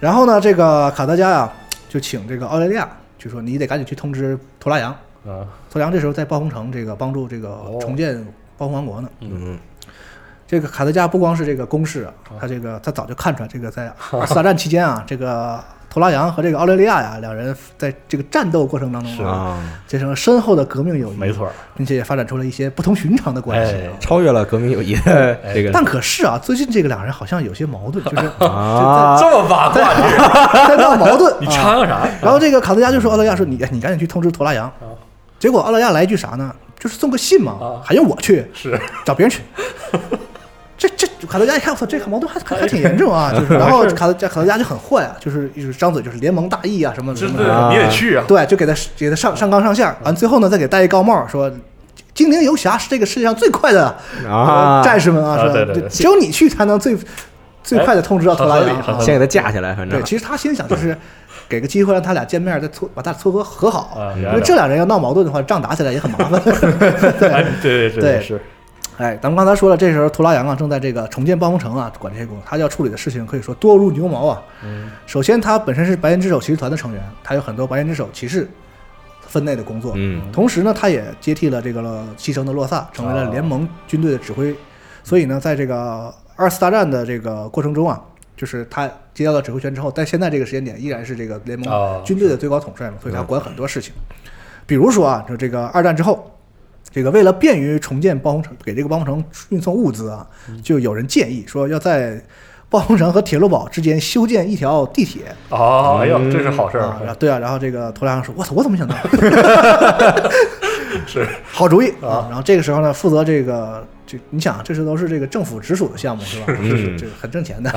然后呢，这个卡德加呀、就请这个奥雷利亚，就说你得赶紧去通知图拉扬。啊，图拉扬这时候在暴风城这个帮助这个哦重建暴风王国呢。嗯，这个卡德加不光是这个攻势啊，哦他这个他早就看出来，这个 在二次大战期间啊，这个图拉扬和这个奥雷利亚呀、两人在这个战斗过程当中啊，啊，结成了深厚的革命友谊，没，错儿，并且也发展出了一些不同寻常的关系。哎超越了革命友谊的这个但可是啊，最近这个两人好像有些矛盾，就是啊，这么八卦，你 在闹矛盾。 你啊掺和啥？然后这个卡德加就说奥乐亚说你你赶紧去通知图拉扬，结果奥乐亚来一句啥呢？就是送个信嘛啊，还用我去？是找别人去。这这卡德加一看，我操，这个矛盾还还还挺严重啊！就是，然后卡德加卡德加就很坏啊，就是就是张嘴就是联盟大义啊什么什真么的，的，啊你得去啊，对，就给他给他上上纲上线儿，完最后呢再给戴一高帽，说精灵游侠是这个世界上最快的啊战士们啊，啊说对对对只有你去才能最最快的通知到图拉很合扬理很啊合。理先给他架起来，反正对，其实他心想就是给个机会让他俩见面，再撮把他撮合和好啊，因原为来这俩人要闹矛盾的话，仗打起来也很麻 烦。哎对对对是，哎，咱们刚才说了，这时候图拉扬啊正在这个重建暴风城啊，管这些工作，他要处理的事情可以说多如牛毛啊。嗯，首先，他本身是白银之手骑士团的成员，他有很多白银之手骑士分内的工作。嗯，同时呢，他也接替了这个了牺牲的洛萨，成为了联盟军队的指挥。所以呢，在这个二次大战的这个过程中啊，就是他接到了指挥权之后，在现在这个时间点，依然是这个联盟哦军队的最高统帅嘛，所以他管很多事情。比如说啊，就这个二战之后，这个为了便于重建包红城，给这个包红城运送物资啊，就有人建议说要在包红城和铁路堡之间修建一条地铁哦，哎呦，嗯这是好事啊。然后儿，对啊，然后这个托拉说：“我操，我怎么想到？是 好主意啊啊！”然后这个时候呢，负责这个这你想，啊这是都是这个政府直属的项目是吧？是是这很挣钱的。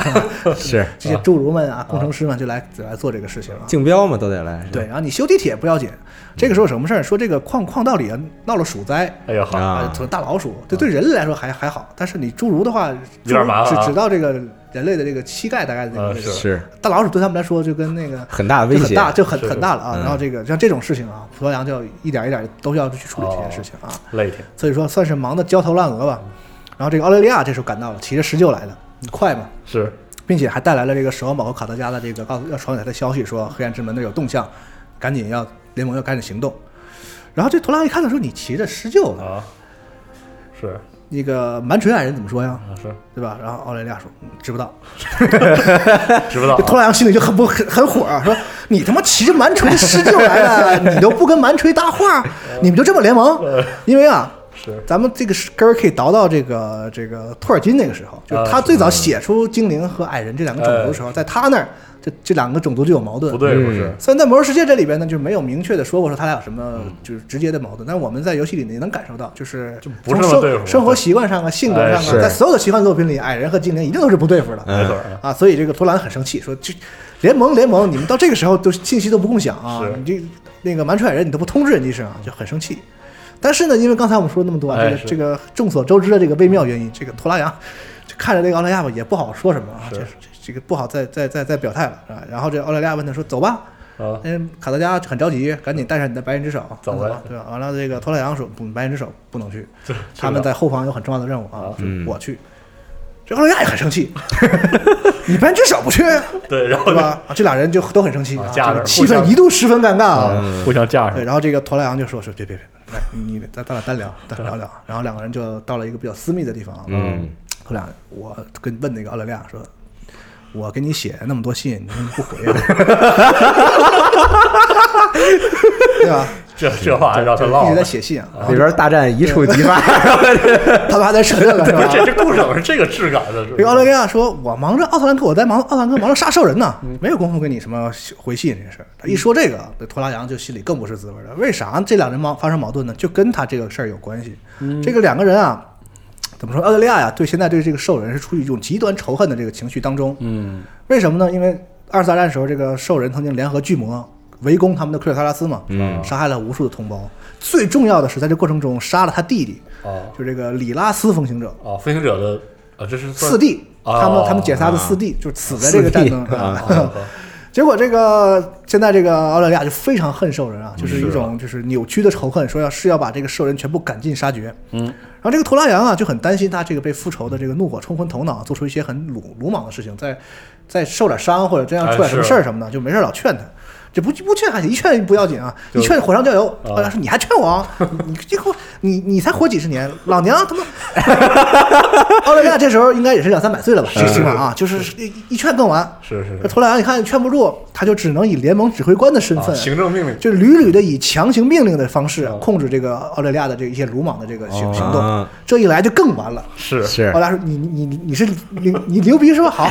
是这些侏儒们啊，工程师们就来来做这个事情啊。竞标嘛，都得嗯来。是对，然后你修地铁不要紧，这个时候什么事儿？说这个矿矿道里啊闹了鼠灾，哎呦好，啊，从大老鼠，这对人类来说还还好，但是你侏儒的话，有点麻烦啊只只到这个人类的这个膝盖大概的这啊个位是置。是大老鼠对他们来说就跟那个很大的威就胁，很大，就很是很大了啊。嗯然后这个像这种事情啊，葡萄牙就要一点一点都要去处理这哦些事情啊，累挺，所以说算是忙得焦头烂额吧。然后这个澳大利亚这时候赶到了，骑着施救来的，快嘛，是并且还带来了这个守望堡和卡德加的这个告诉要传给他的消息，说黑暗之门那有动向，赶紧要联盟要开始行动。然后这图拉一看到说你骑着施救了，啊，是那个蛮锤矮人怎么说呀？啊是，对吧？然后澳大利亚说嗯知不道，知不道啊 这托拉扬心里就很不很很火、啊说你他妈骑着蛮锤施救来了，你都不跟蛮锤搭话，你们就这么联盟？因为啊，是咱们这个是根儿可以倒到这个这个托尔金那个时啊候，就是他最早写出精灵和矮人这两个种族的时候，在他那儿这这两个种族就有矛盾哎不。对嗯不是，虽然在《魔兽世界》这里边呢，就没有明确的说过说他俩有什么嗯就是直接的矛盾，但是我们在游戏里呢也能感受到，就是不是从那么对付生生活习惯上啊、性格上哎啊，是在所有的奇幻作品里，矮人和精灵一定都是不对付的。没错儿啊，啊，所以这个托兰很生气，说就联盟联盟，你们到这个时候都信息都不共享啊是，你这那个蛮出矮人你都不通知人家一声啊，就很生气。但是呢，因为刚才我们说那么多啊，哎这个是这个众所周知的这个微妙原因，这个托拉扬就看着这个澳大利亚吧，也不好说什么啊，是这这这个不好再再再再表态了啊。然后这澳大利亚问他说：“走吧。”啊嗯嗯，卡德加很着急，赶紧带上你的白银之手走呗吧，对吧？完了，这个托拉扬说：“不，白银之手不能去，这他们在后方有很重要的任务啊啊，嗯我去。”这澳大利亚也很生气， 你白银之手不去，对，然后对就吧？啊，这俩人就都很生气，啊啊架这着个互气相氛一度十分尴尬啊。啊互相架对，上，然后这个托莱昂就说说别别别，来你咱咱俩单聊，单聊聊。然后两个人就到了一个比较私密的地方啊。嗯，他俩我跟问那个澳大利亚说，我给你写那么多信，你怎么不回啊？对吧？这这话让他一唠直了在，写信啊，那边大战一触即发，他们还在扯这个是不吧是？这这故事我是这个质感的，是这个澳大吧利亚说：“我忙着奥特兰克，我在忙奥特兰克，忙着杀兽人呢，嗯没有功夫跟你什么回信这事儿。”他一说这个，这托拉扬就心里更不是滋味了。为啥这两人矛发生矛盾呢？就跟他这个事儿有关系。嗯这个两个人啊，怎么说？澳大利亚呀、对现在对这个兽人是处于一种极端仇恨的这个情绪当中。嗯，为什么呢？因为二次大战的时候，这个兽人曾经联合巨魔围攻他们的克里特拉斯嘛，嗯杀害了无数的同胞。最重要的是，在这过程中杀了他弟弟，哦就这个里拉斯风行者。哦，飞行者的啊，这是算四弟，哦他们他们姐仨的四弟，就是死在这个战争四弟啊啊啊。结果这个现在这个澳大利亚就非常恨兽人啊，就是一种就是扭曲的仇恨，说要是要把这个兽人全部赶尽杀绝。嗯，然后这个图拉扬啊就很担心他这个被复仇的这个怒火冲昏头脑，做出一些很鲁鲁莽的事情，再再受点伤或者这样出点什么事儿什么的，就没事儿老劝他。这不不劝还行，一劝不要紧啊，一劝火上浇油。澳大利亚说：“你还劝我啊？ 你你这个你你才活几十年，老娘他妈 澳大利亚这时候应该也是两三百岁了吧，最起码啊，就是一一劝更完。是是那是托莱昂一看劝不住，他就只能以联盟指挥官的身啊，份，行政命令就屡屡的以强行命令的方式啊控制这个澳大利亚的这一些鲁莽的这个行行动哦。这一来就更完了。是 是澳大利亚说：“你你你你是你你牛逼是吧？好，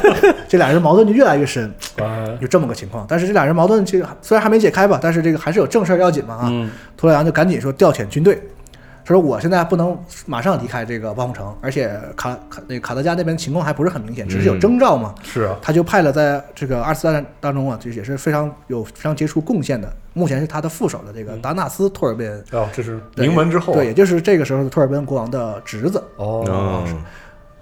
这俩人矛盾就越来越深，啊，有这么个情况。但是这俩人矛盾其实虽然还没解开吧，但是这个还是有正事儿要紧嘛啊。嗯托莱扬就赶紧说调遣军队，他说我现在不能马上离开这个包红城，而且卡卡那卡德加那边情况还不是很明显，只是有征兆嘛。是啊，他就派了在这个二次大战当中啊，就也是非常有非常杰出贡献的，目前是他的副手的这个达纳斯托尔贝恩。哦，这是对嗯名门之后对，也就是这个时候的托尔贝恩国王的侄子。哦，嗯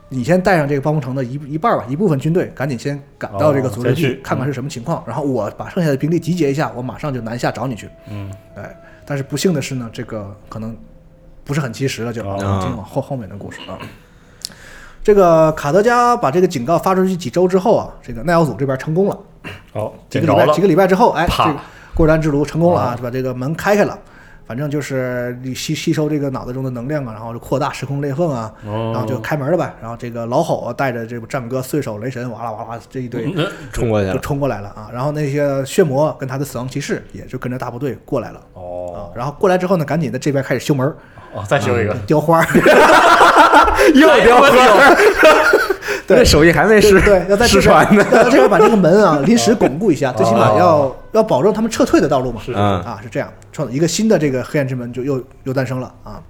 你先带上这个包工城的一一半儿吧，一部分军队，赶紧先赶到这个足球哦再地去，看看是什么情况，然后我把剩下的兵力集结一下，我马上就南下找你去。嗯，哎，但是不幸的是呢，这个可能不是很及时了，就哦我们听往后后面的故事啊。这个卡德加把这个警告发出去几周之后啊，这个奈奥祖这边成功了，哦，几捡个着礼拜了几，个礼拜之后，哎，啪啊这个过山之炉成功了啊，就把这个门开开了。反正就是你吸吸收这个脑袋中的能量啊，然后就扩大时空裂缝啊，哦然后就开门了呗。然后这个老吼啊带着这个战歌、碎手、雷神，哇啦哇啦这一堆嗯冲过去就了。冲过来了啊。然后那些血魔跟他的死亡骑士也就跟着大部队过来了。啊哦，然后过来之后呢，赶紧在这边开始修门儿、嗯哦，再修一个，雕 花儿，又掉花儿， 对这手艺还没失，对，要在这失边传的。要在这边把这个门 啊临时巩固一下，最起码要要保证他们撤退的道路嘛。是嗯啊，哦是这样，创一个新的这个黑暗之门就又又诞生了啊。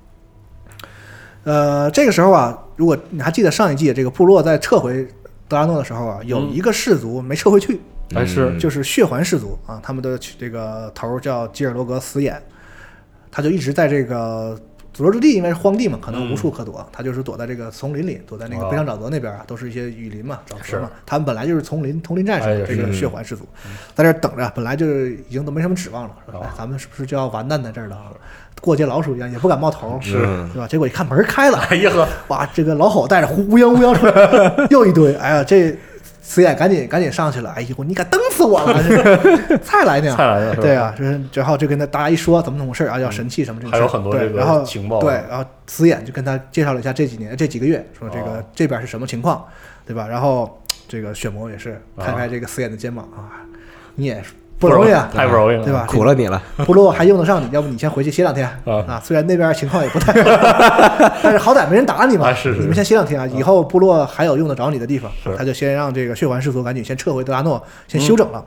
呃，这个时候啊，如果你还记得上一季这个部落在撤回德拉诺的时候啊，有一个氏族没撤回去，还是哎就是血环氏族啊，他们的这个头儿叫基尔罗格死眼，他就一直在这个诅咒之地，因为是荒地嘛，可能无处可躲，他就是躲在这个丛林里，躲在那个哦北上沼泽那边啊，都是一些雨林嘛、沼是泽嘛，他们本来就是丛林丛林战士，哎呀这个是血环氏族在这儿等着，本来就是已经都没什么指望了，说哦哎，咱们是不是就要完蛋在这儿了啊？过街老鼠一样，也不敢冒头，是对吧？结果一看门儿开了，哎呀呵，哇，这个老吼带着呼乌泱乌泱出来，又一堆，哎呀，这死眼赶紧赶紧上去了，哎呦，你敢蹬死我了， 这菜来呢？菜来呢是吧对啊，就是然后就跟他大家一说怎么怎么回事啊，要神器什么这种事还儿，有很多这个对然后情报啊对，然后死眼就跟他介绍了一下这几年这几个月，说这个、哦这边是什么情况，对吧？然后这个血魔也是拍拍这个死眼的肩膀啊，你也不容易啊，啊太不容易了，对吧？苦了你了， 不落还用得上你，要不你先回去歇两天啊虽然那边情况也 不太好，但是好歹没人打你嘛。啊是是你们先歇两天啊，以后部落还有用得着你的地方是，嗯他就先让这个血环氏族赶紧先撤回德拉诺，先休整了。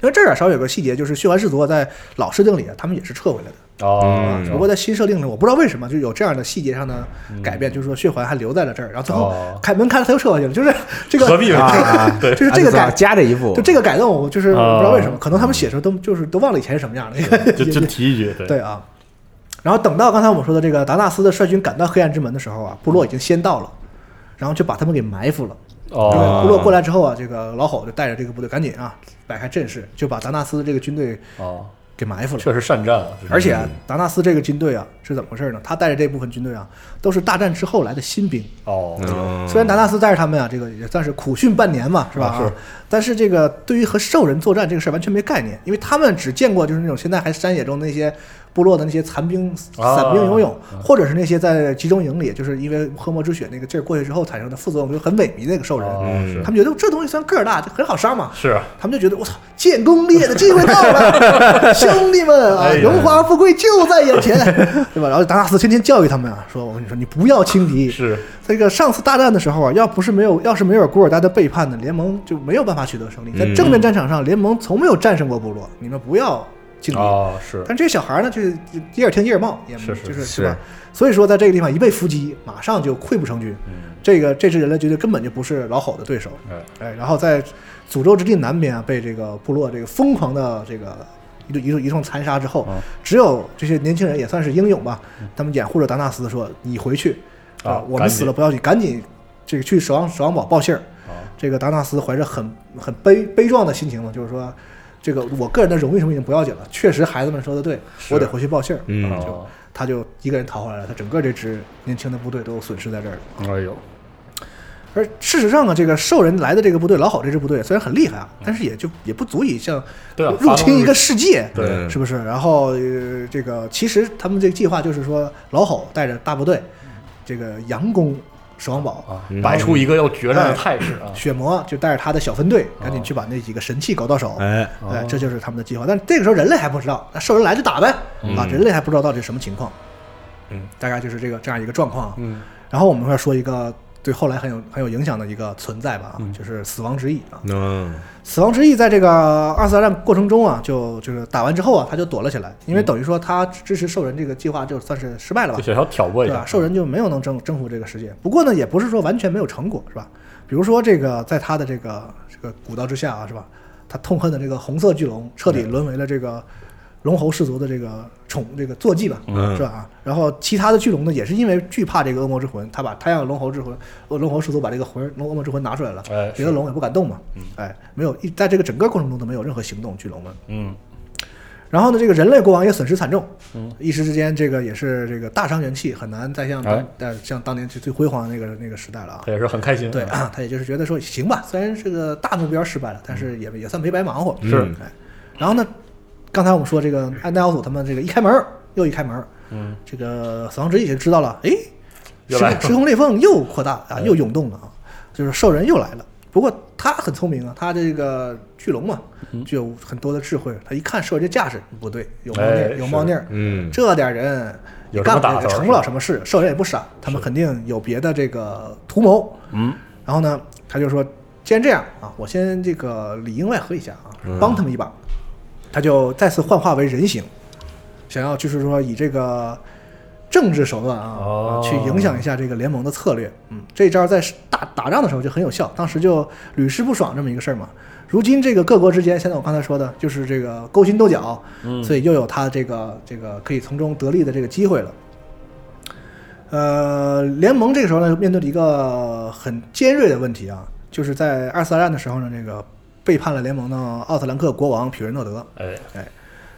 因为这儿啊，稍微有个细节，就是血环氏族在老设定里啊，他们也是撤回来的，哦，只不过在新设定里，我不知道为什么就有这样的细节上的改变，就是说血环还留在了这儿，然后最后嗯哦开门开了他又撤回去了，就是这个何必 呢啊？对，就是这个改啊加这一步，就这个改动，我就是哦我不知道为什么，可能他们写的时候都就是都忘了以前是什么样了，就就提一句，对，对啊。然后等到刚才我们说的这个达纳斯的率军赶到黑暗之门的时候啊，部落已经先到了，然后就把他们给埋伏了。因为哦，部落过来之后啊，这个老吼就带着这个部队赶紧啊摆开阵势，就把达纳斯这个军队哦，给埋伏了。确实善战啊，而且啊、达纳斯这个军队啊是怎么回事呢？他带着这部分军队啊，都是大战之后来的新兵。哦，嗯虽然达纳斯带着他们啊，这个也算是苦训半年嘛，是吧？啊是但是这个对于和兽人作战这个事儿完全没概念，因为他们只见过就是那种现在还山野中那些部落的那些残兵、啊散兵游泳，或者是那些在集中营里，就是因为喝魔之血那个劲儿过去之后产生的副作用，就是很萎靡的那个兽人。哦是他们觉得这东西虽然个儿大，就很好杀嘛。是啊，他们就觉得我操，建功立业的机会到 了，兄弟们啊哎，呀荣华富贵就在眼前，对吧？然后达纳斯天天教育他们啊，说我跟你说，你不要轻敌，是这个上次大战的时候啊，要不是没有，要是没有古尔丹的背叛呢，联盟就没有办法取得胜利。在嗯正面战场上，联盟从没有战胜过部落。你们不要轻敌。哦，是但这小孩呢，就是一耳听一耳冒，也是是就是是吧？所以说，在这个地方一被伏击，马上就溃不成军。嗯这个这支人类军队根本就不是老吼的对手。哎哎，然后在诅咒之地南边啊，被这个部落这个疯狂的这个一路一路一通残杀之后，嗯只有这些年轻人也算是英勇吧，他们掩护着达纳斯说：“你回去啊我们赶死紧了不要紧，赶紧这个去守望守望堡报信儿。哦这个达纳斯怀着很很悲悲壮的心情嘛，就是说。这个我个人的荣誉什么已经不要紧了，确实孩子们说的对，是我得回去报信儿。嗯就哦他就一个人逃回来了，他整个这支年轻的部队都损失在这儿了。哎呦，而事实上呢，这个兽人来的这个部队，老好这支部队虽然很厉害啊，但是也就也不足以像嗯对啊入侵一个世界，对嗯是不是？然后、呃这个其实他们这个计划就是说，老好带着大部队，这个佯攻守望堡，啊，摆出一个要决战的态势啊，血魔就带着他的小分队，赶哦紧去把那几个神器搞到手。哎，哎，这就是他们的计划。但是这个时候人类还不知道，那兽人来就打呗，啊，人类还不知道到底什么情况。嗯，大概就是这个这样一个状况啊。嗯，然后我们要说一个对后来很有很有影响的一个存在吧，啊嗯就是死亡之翼啊。嗯，死亡之翼在这个二次大战过程中啊，就就是打完之后啊，他就躲了起来，因为等于说他支持兽人这个计划就算是失败了吧嗯就，小小挑拨一嗯对啊下吧？，兽人就没有能征征服这个世界。不过呢，也不是说完全没有成果，是吧？比如说这个在他的这个这个鼓捣之下啊，是吧？他痛恨的这个红色巨龙彻底沦为了这个龙猴氏族的这个宠这个坐骑吧，嗯是吧？啊然后其他的巨龙呢，也是因为惧怕这个恶魔之魂，他把他让龙猴之魂，呃龙猴氏族把这个魂龙恶魔之魂拿出来了哎，别的龙也不敢动嘛，哎，没有一在这个整个过程中都没有任何行动，巨龙们。嗯，然后呢，这个人类国王也损失惨重，一时之间，这个也是这个大伤元气，很难再像当哎呃像当年最最辉煌的那个那个时代了啊他。哎也是很开心，对，啊，他也就是觉得说行吧，虽然这个大目标失败了，但是也也算没白忙活。嗯是哎，然后呢，刚才我们说这个安奈奥祖他们这个一开门，又一开门，嗯，这个死亡之翼也知道了，哎，又来了嗯时时空裂缝又扩大啊，又涌动了啊，就是兽人又来了。不过他很聪明啊，他这个巨龙嘛，嗯具有很多的智慧。他一看兽人这架势不对，有猫腻哎儿，有猫腻儿是，嗯，这点人有也什么干打头不成不了什么事，兽人也不傻，他们肯定有别的这个图谋。嗯，然后呢，他就说，既然这样啊，我先这个里应外合一下啊，嗯帮他们一把。他就再次幻化为人形，想要就是说以这个政治手段啊、哦去影响一下这个联盟的策略。嗯，这一招在打打仗的时候就很有效，当时就屡试不爽这么一个事儿嘛。如今这个各国之间，现在我刚才说的就是这个勾心斗角，所以又有他这个这个可以从中得利的这个机会了。呃，联盟这个时候呢，面对了一个很尖锐的问题啊，就是在二次大战的时候呢，这个背叛了联盟的奥特兰克国王皮尔诺德，哎，哎，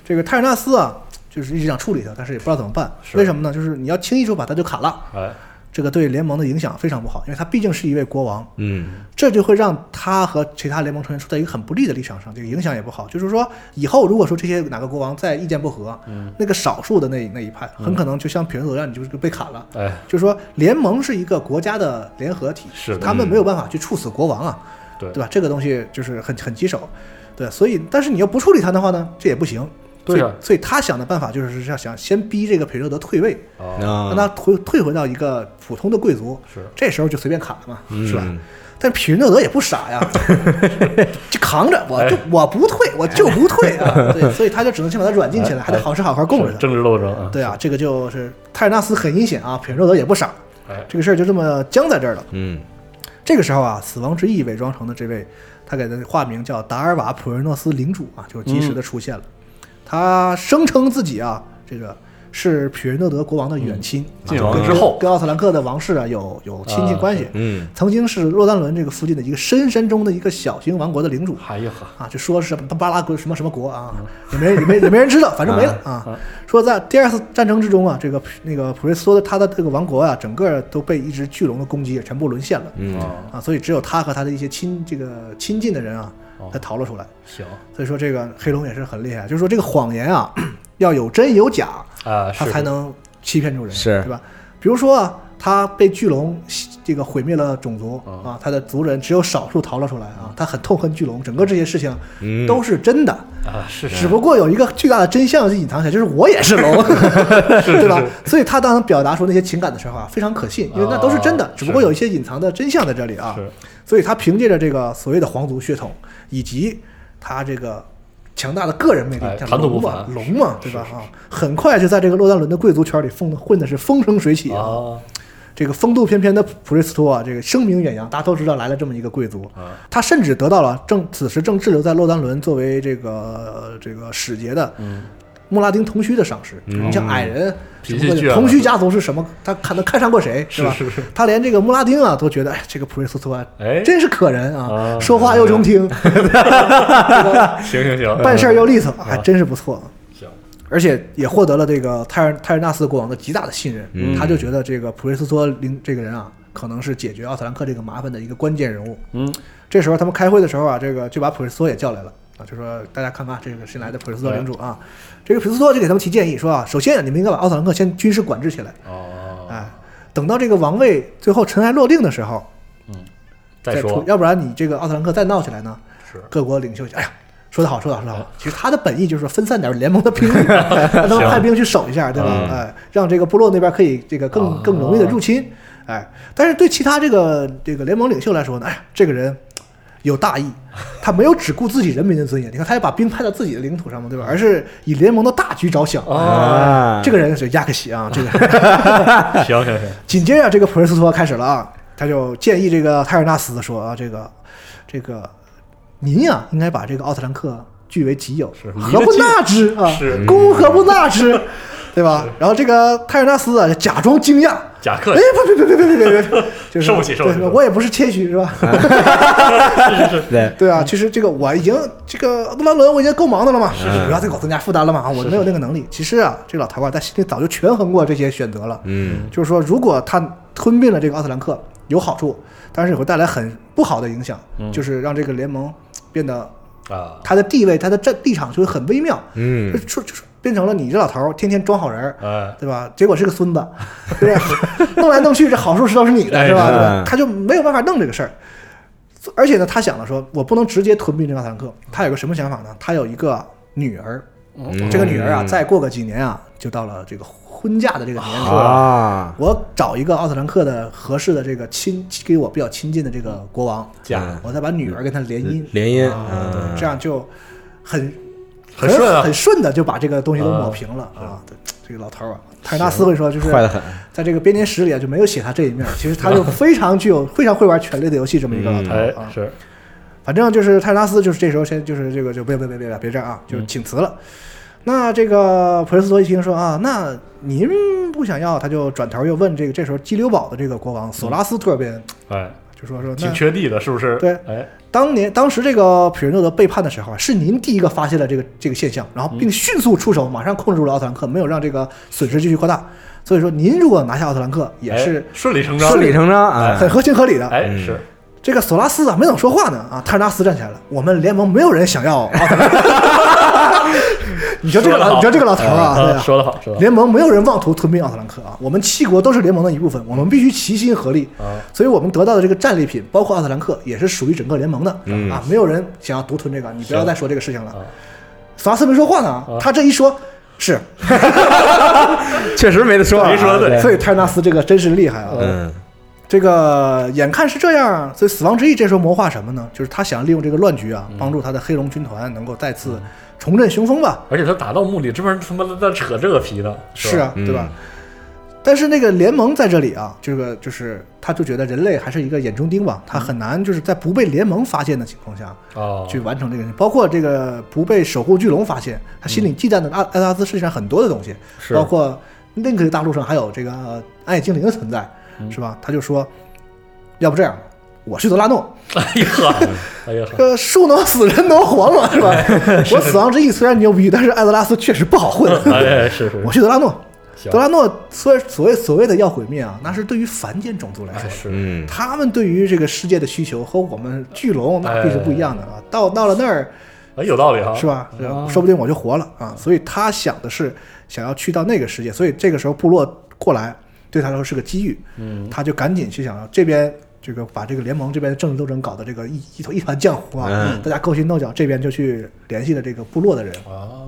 这个泰尔纳斯啊，就是一直想处理他，但是也不知道怎么办。是为什么呢？就是你要轻易就把他就砍了，哎，这个对联盟的影响非常不好，因为他毕竟是一位国王，嗯，这就会让他和其他联盟成员处在一个很不利的立场上，这个影响也不好。就是说，以后如果说这些哪个国王再意见不合，那个少数的那那一派，很可能就像皮伦佐让你就是被砍了。哎，就是说，联盟是一个国家的联合体，是的嗯他们没有办法去处死国王啊，对对吧？这个东西就是很很棘手，对，所以但是你要不处理他的话呢，这也不行。对所以啊所以他想的办法就是要想先逼这个培热德退位，哦，啊让他退退回到一个普通的贵族，是这时候就随便砍了嘛，是吧嗯？但皮伦诺德也不傻呀， 就扛着，我就哎我不退，我就不退啊！对，所以他就只能先把他软禁起哎来，还得好吃好喝供着是他。政治斗争啊，对啊，这个就是泰尔纳斯很阴险啊，皮伦诺德也不傻，哎，这个事儿就这么僵在这儿了。嗯，这个时候啊，死亡之翼伪装成的这位，他给他化名叫达尔瓦普瑞诺斯领主啊，就及时的出现了。他声称自己啊，这个是普瑞诺德国王的远亲，嗯晋啊王跟之后跟奥特兰克的王室啊有有亲戚关系。嗯，曾经是洛丹伦这个附近的一个深山中的一个小型王国的领主，哎呀呵，啊，就说是巴拉国什么什么国啊，也没也没也没人知道，反正没了啊。说在第二次战争之中啊，这个那个普瑞斯多的他的这个王国啊，整个都被一只巨龙的攻击全部沦陷了。嗯哦，啊，所以只有他和他的一些亲这个亲近的人啊，才逃了出来。行所以说这个黑龙也是很厉害，就是说这个谎言啊， 要有真有假，啊，他是才能欺骗住人，是对吧？比如说啊，他被巨龙这个毁灭了种族哦啊，他的族人只有少数逃了出来啊，他很痛恨巨龙，整个这些事情嗯都是真的。啊，是只是不过有一个巨大的真相是隐藏起来，就是我也是 龙， 对吧？所以他当表达出那些情感的时候啊，非常可信，因为那都是真的哦，只不过有一些隐藏的真相在这里啊是。所以他凭借着这个所谓的皇族血统，以及他这个强大的个人魅力哎，像谈吐龙不嘛，凡龙嘛，对吧？啊，很快就在这个洛丹伦的贵族圈里混混的是风生水起啊。 啊，这个风度翩翩的普瑞斯托啊，这个声名远扬，大家都知道来了这么一个贵族。啊他甚至得到了正此时正滞留在洛丹伦作为这个呃这个使节的穆拉丁同须的赏识。你像矮人，嗯脾什么气倔了同须家族是什么？他看他看上过谁是吧？是是他连这个穆拉丁啊都觉得，哎，这个普瑞斯托啊，哎真是可人啊，啊说话又中听，行行行，办事儿又利索，还真是不错。啊行，而且也获得了这个泰尔泰尔纳斯国王的极大的信任，嗯他就觉得这个普瑞斯托林这个人啊，可能是解决奥特兰克这个麻烦的一个关键人物。嗯，这时候他们开会的时候啊，这个就把普瑞斯托也叫来了啊，就说大家看看这个新来的普瑞斯托领主啊，这个普瑞斯托就给他们提建议说啊，首先啊，你们应该把奥特兰克先军事管制起来，哦，哎，等到这个王位最后尘埃落定的时候再出说，要不然你这个奥特兰克再闹起来呢，是嗯各国领袖就哎呀，说得好，说得好，说得好。其实他的本意就是分散点联盟的兵 力，让他们派兵去守一下，对吧？嗯哎，让这个部落那边可以这个啊更更容易的入侵。哎，但是对其他这个这个联盟领袖来说呢，哎呀，这个人有大 义，他没有只顾自己人民的尊严。你看，他也把兵派到自己的领土上嘛，对吧？而是以联盟的大局着想。啊，这个个人是亚克西啊，这个人行行行，紧接着这个普瑞斯托开始了啊，他就建议这个泰尔纳斯说啊，这个这个您呀、应该把这个奥特兰克据为己有是，何不纳之啊是？公何不纳之，对吧？然后这个泰尔纳斯啊，假装惊讶。贾克哎，别别别别别别别别，就是受不起受不起对我也不是谦虚是吧？ 对，对啊，其实这个我已经这个布兰伦我已经够忙的了嗯嘛，是不要再给我增加负担了嘛，我没有那个能力。其实啊，这老头啊在心里早就权衡过这些选择了，嗯，就是说如果他吞并了这个奥特兰克有好处，但是也会带来很不好的影响，嗯就是让这个联盟变得啊，他的地位、他的战立场就会很微妙。嗯就，说就是变成了你这老头儿天天装好人儿，哎，对吧？结果是个孙子， 对吧？弄来弄去，这好处是都是你的，哎是吧？对吧嗯他就没有办法弄这个事儿。而且呢，他想了说，我不能直接吞并这纳坦克。他有个什么想法呢？他有一个女儿，嗯这个女儿啊，再过个几年啊，就到了这个婚嫁的这个年龄。啊，我找一个奥特兰克的合适的这个亲，给我比较亲近的这个国王，假我再把女儿跟他联姻，联姻，啊对嗯这样就很很顺啊很顺的就把这个东西都抹平了啊。对，这个老头儿啊，泰纳斯会说就是坏得很，在这个编年史里啊就没有写他这一面儿，其实他就非常具有非常会玩《权力的游戏》这么一个老头儿哎啊。是，反正就是泰纳斯，就是这时候先就是这个就别别别别别别这样啊，就是请辞了。那这个普雷斯托一听说啊，那您不想要，他就转头又问这个这时候激流堡的这个国王索拉斯突尔边，哎，就说说挺那缺地的，是不是？对哎，当年当时这个普仁诺德背叛的时候啊，是您第一个发现了这个这个现象，然后并迅速出手，马上控制住了奥特兰克，啊没有让这个损失继续扩大。所以说，您如果拿下奥特兰克，也是哎顺理成章，顺理成章哎啊很，合情合理的。哎嗯是，这个索拉斯啊，没等说话呢啊，泰尔纳斯站起来了，我们联盟没有人想要奥特兰克。 你说这个说得老，好你说这个老头儿啊，对啊啊，说得好，说得好，联盟没有人妄图吞并奥特兰克啊，我们七国都是联盟的一部分，我们必须齐心合力。啊所以我们得到的这个战利品，包括奥特兰克，也是属于整个联盟的、嗯啊，没有人想要独吞这个，你不要是再说这个事情了。啊索拉斯没说话呢，他这一说，是，确实没得说啊，没说得对所以泰纳斯这个真是厉害啊。嗯，这个眼看是这样，所以死亡之翼这时候谋划什么呢？就是他想利用这个乱局嗯啊，帮助他的黑龙军团能够再次重振雄风吧。而且他达到目的，这帮人他妈的在扯这个皮呢，是吧，嗯啊，对吧？但是那个联盟在这里啊，这个就是他就觉得人类还是一个眼中钉吧，他很难就是在不被联盟发现的情况下，嗯哦，去完成这个事情，包括这个不被守护巨龙发现，他心里忌惮的阿艾萨斯世界上很多的东西，嗯是包括另一个大陆上还有这个呃暗夜精灵的存在，嗯是吧？他就说，要不这样，我去德拉诺， 哎呀呵，哎呀呵这，个树能死，人能活嘛， 是吧？我死亡之翼虽然牛逼，但是艾泽拉斯确实不好混。 哎是是，我去德拉诺，行德拉诺所所谓所谓的要毁灭啊，那是对于凡间种族来说哎，是，嗯，他们对于这个世界的需求和我们巨龙那必是不一样的啊。到到了那儿。哎有道理哈，是？吧？说不定我就活了啊！所以他想的是想要去到那个世界，所以这个时候部落过来对他来说是个机遇，嗯，他就赶紧去想要这边这个把这个联盟这边的政治斗争搞得这个一一头一团浆糊啊，嗯大家勾心斗角，这边就去联系了这个部落的人。啊，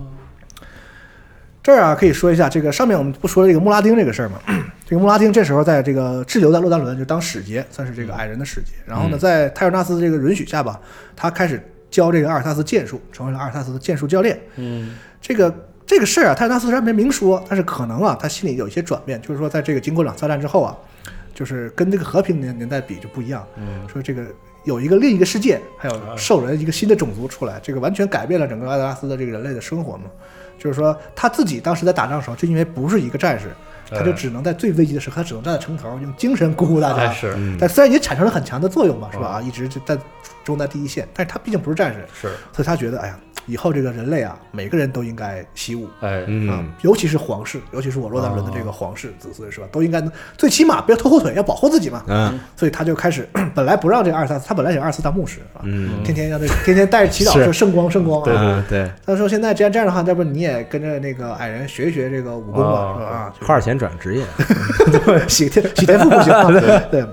这儿啊可以说一下这个上面我们不说这个穆拉丁这个事儿嘛，这个穆拉丁这时候在这个滞留在洛丹伦，就当使节，算是这个矮人的使节。然后呢，在泰尔纳斯这个允许下吧，他开始教这个阿尔萨斯剑术，成为了阿尔萨斯的剑术教练。嗯，这个这个事儿啊，泰纳斯虽然没明说，但是可能啊，他心里有一些转变，就是说，在这个经过两三战之后啊，就是跟这个和平年年代比就不一样。嗯，说这个有一个另一个世界，还啊有兽人一个新的种族出来，这个完全改变了整个阿德拉斯的这个人类的生活嘛。就是说，他自己当时在打仗的时候，就因为不是一个战士，他就哎只能在最危急的时刻，他只能站在城头，用精神鼓舞大家。哎是嗯嗯但虽然也产生了很强的作用吧，是吧？啊，一直就在中在第一线，但是他毕竟不是战士，是，所以他觉得，哎呀，以后这个人类啊，每个人都应该习武。哎啊嗯，，哦尤其是皇室，尤其是我洛丹伦的这个皇室子孙是吧，都应该能最起码别拖后腿，要保护自己嘛。嗯，所以他就开始，本来不让这个二三，他本来想二四当牧师啊，嗯天天让他天天带着祈祷 是说圣光圣光啊。嗯，对，他说现在既然这样的话，要不你也跟着那个矮人学一学这个武功吧，哦是吧？啊，花点钱转职业， 洗天洗天赋不行啊。对，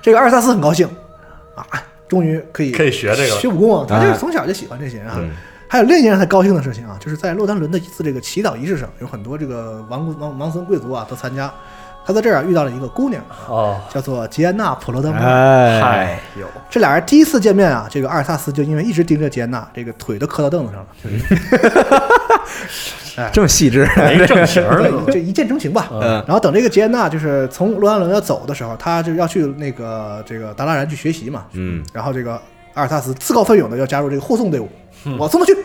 这个二三四很高兴啊，终于可以可以学这个了学武功啊，他就是哎从小就喜欢这些啊嗯。还有另一件让他高兴的事情啊，就是在洛丹伦的一次这个祈祷仪式上，有很多这个王公王王孙贵族啊都参加。他在这儿啊遇到了一个姑娘，哦，叫做吉安娜·普罗登啊巴。哎，嗨有，这俩人第一次见面啊，这个阿尔萨斯就因为一直盯着吉安娜，这个腿都磕到凳子上了，这么细 致，没正形儿呢，对，这一见钟情吧。嗯然后等这个吉安娜就是从罗兰伦要走的时候，他就要去那个这个达拉然去学习嘛。嗯，然后这个阿尔萨斯自告奋勇的要加入这个护送队伍，嗯我送他去。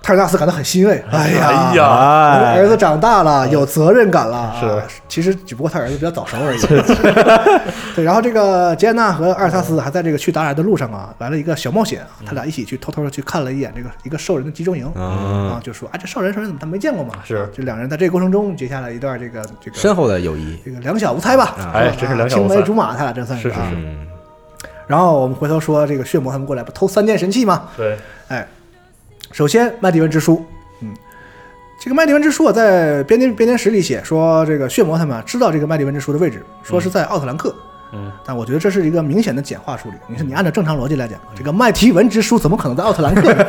泰尔纳斯感到很欣慰，哎呀，哎呀我的哎儿，子长大了，有责任感了。啊是，其实只不过他儿子比较早熟而已。 对，然后这个吉安娜和阿尔萨斯还在这个去达兰的路上啊，来了一个小冒险，他俩一起去偷偷的去看了一眼这个一个兽人的集中营啊啊，就说啊，这兽人兽人怎么他没见过嘛？嗯是就两人在这个过程中结下了一段这个这深个厚的友谊，这个两小无猜吧？哎吧真啊是两小无青梅猜竹马，他俩真算是是啊。是嗯，然后我们回头说这个血魔他们过来不偷三件神器吗？对，哎，首先麦迪文之书，嗯，这个麦迪文之书啊，在编年编年史里写说，这个血魔他们啊知道这个麦迪文之书的位置，说是在奥特兰克。嗯，但我觉得这是一个明显的简化处理。你说你按照正常逻辑来讲，这个麦提文之书怎么可能在奥特兰克 呢？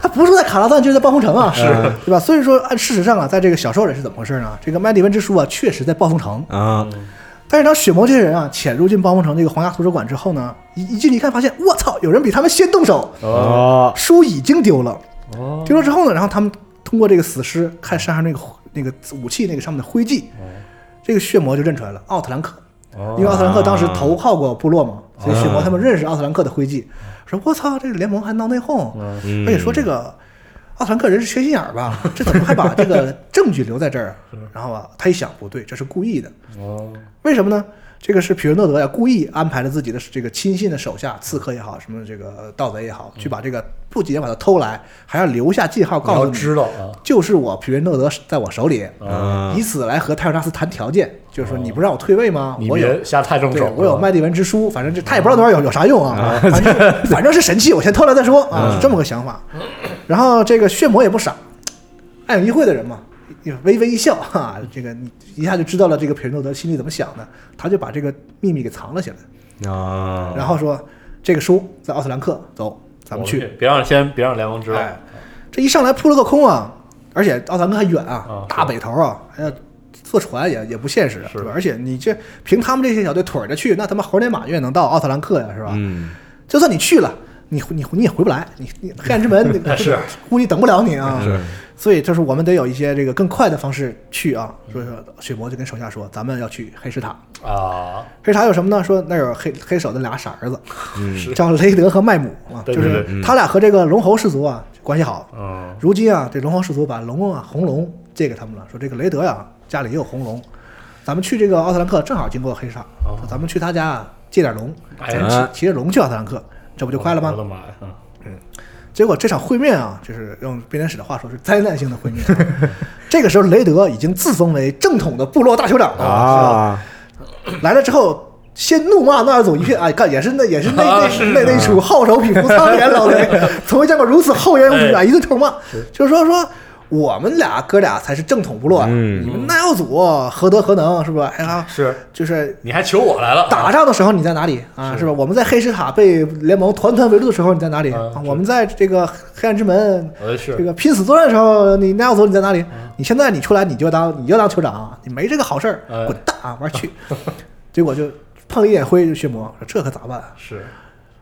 他不是在卡拉赞，就是在暴风城啊，是对吧？所以说，按事实上啊，在这个小说里是怎么回事呢？这个麦迪文之书啊，确实在暴风城，啊，但是当血魔这些人啊潜入进暴风城这个皇家图书馆之后呢，一一进去一看，发现我操，有人比他们先动手，哦哦，书已经丢了。哦，丢了之后呢，然后他们通过这个死尸看身上那个灰那个武器那个上面的灰迹，这个血魔就认出来了，奥特兰克。哦因为奥特兰克当时投靠过部落嘛，所以血魔他们认识奥特兰克的徽记，说我操，这个联盟还闹内讧，嗯而且说这个奥特兰克人是缺心眼儿吧？这怎么还把这个证据留在 这儿？然后啊，他一想不对，这是故意的，哦，为什么呢？这个是皮伦诺德呀，故意安排了自己的这个亲信的手下，刺客也好，什么这个盗贼也好，嗯去把这个不仅要把他偷来，还要留下记号，你告要诉你知道啊，就是我皮伦诺德在我手里，啊以此来和泰尔纳斯谈条件，就是说你不让我退位吗？哦你我有别瞎太正对手，，啊我有麦迪文之书，反正这他也不知道多少有有啥用啊，反正是反正是神器，我先偷来再说啊，是这么个想法。然后这个血魔也不傻，暗影议会的人嘛，微微一笑哈、这个你一下就知道了这个佩尔诺德心里怎么想的，他就把这个秘密给藏了起来，啊，然后说这个书在奥特兰克，走，咱们去。，别让先别让联盟知道，哎，这一上来扑了个空啊，而且奥特兰克还远啊啊，大北头啊，还要坐船也也不现实，是对吧？而且你这凭他们这些小队腿着去，那他妈猴年马月能到奥特兰克呀，是吧？嗯，就算你去了，你你你也回不来，你你黑暗 之门你是 估计等不了你啊。是，所以就是我们得有一些这个更快的方式去啊。所以说，血魔就跟手下说，咱们要去黑石塔。啊，黑石塔有什么呢？说那有黑黑手的俩傻 儿子，是叫雷德和麦姆啊，对就对是对他俩和这个龙侯氏族啊关系好。嗯，如今啊，这龙侯氏族把龙啊红龙借给他们了，说这个雷德呀、家里也有红龙，咱们去这个奥特兰克正好经过黑沙，哦说咱们去他家借点龙，哎咱们呀骑骑着龙去奥特兰克，这不就哦快了我的妈吗？呀，嗯结果这场会面啊，就是用编年史的话说是灾难性的会面啊。这个时候，雷德已经自封为正统的部落大酋长了啊，来了之后。先怒骂纳尔祖一 片，哎，干也是那也是那那啊是那那出皓首匹夫苍颜老贼， 从未见过如此厚颜无耻啊！一顿臭骂，就是说说我们俩哥俩才是正统部落，啊嗯你们奈奥祖何德何能是吧？哎呀，是，就是你还求我来了，啊打仗的时候你在哪里啊？是吧？我们在黑石塔被联盟团团围住的时候你在哪里嗯啊？我们在这个黑暗之门呃是这个拼死作战的时候，你那要走你在哪里？你现在你出来你就当你就当酋长啊，你没这个好事儿，哎滚蛋啊，玩去。 结果就碰了一脸灰，就血魔说这可咋办啊？是，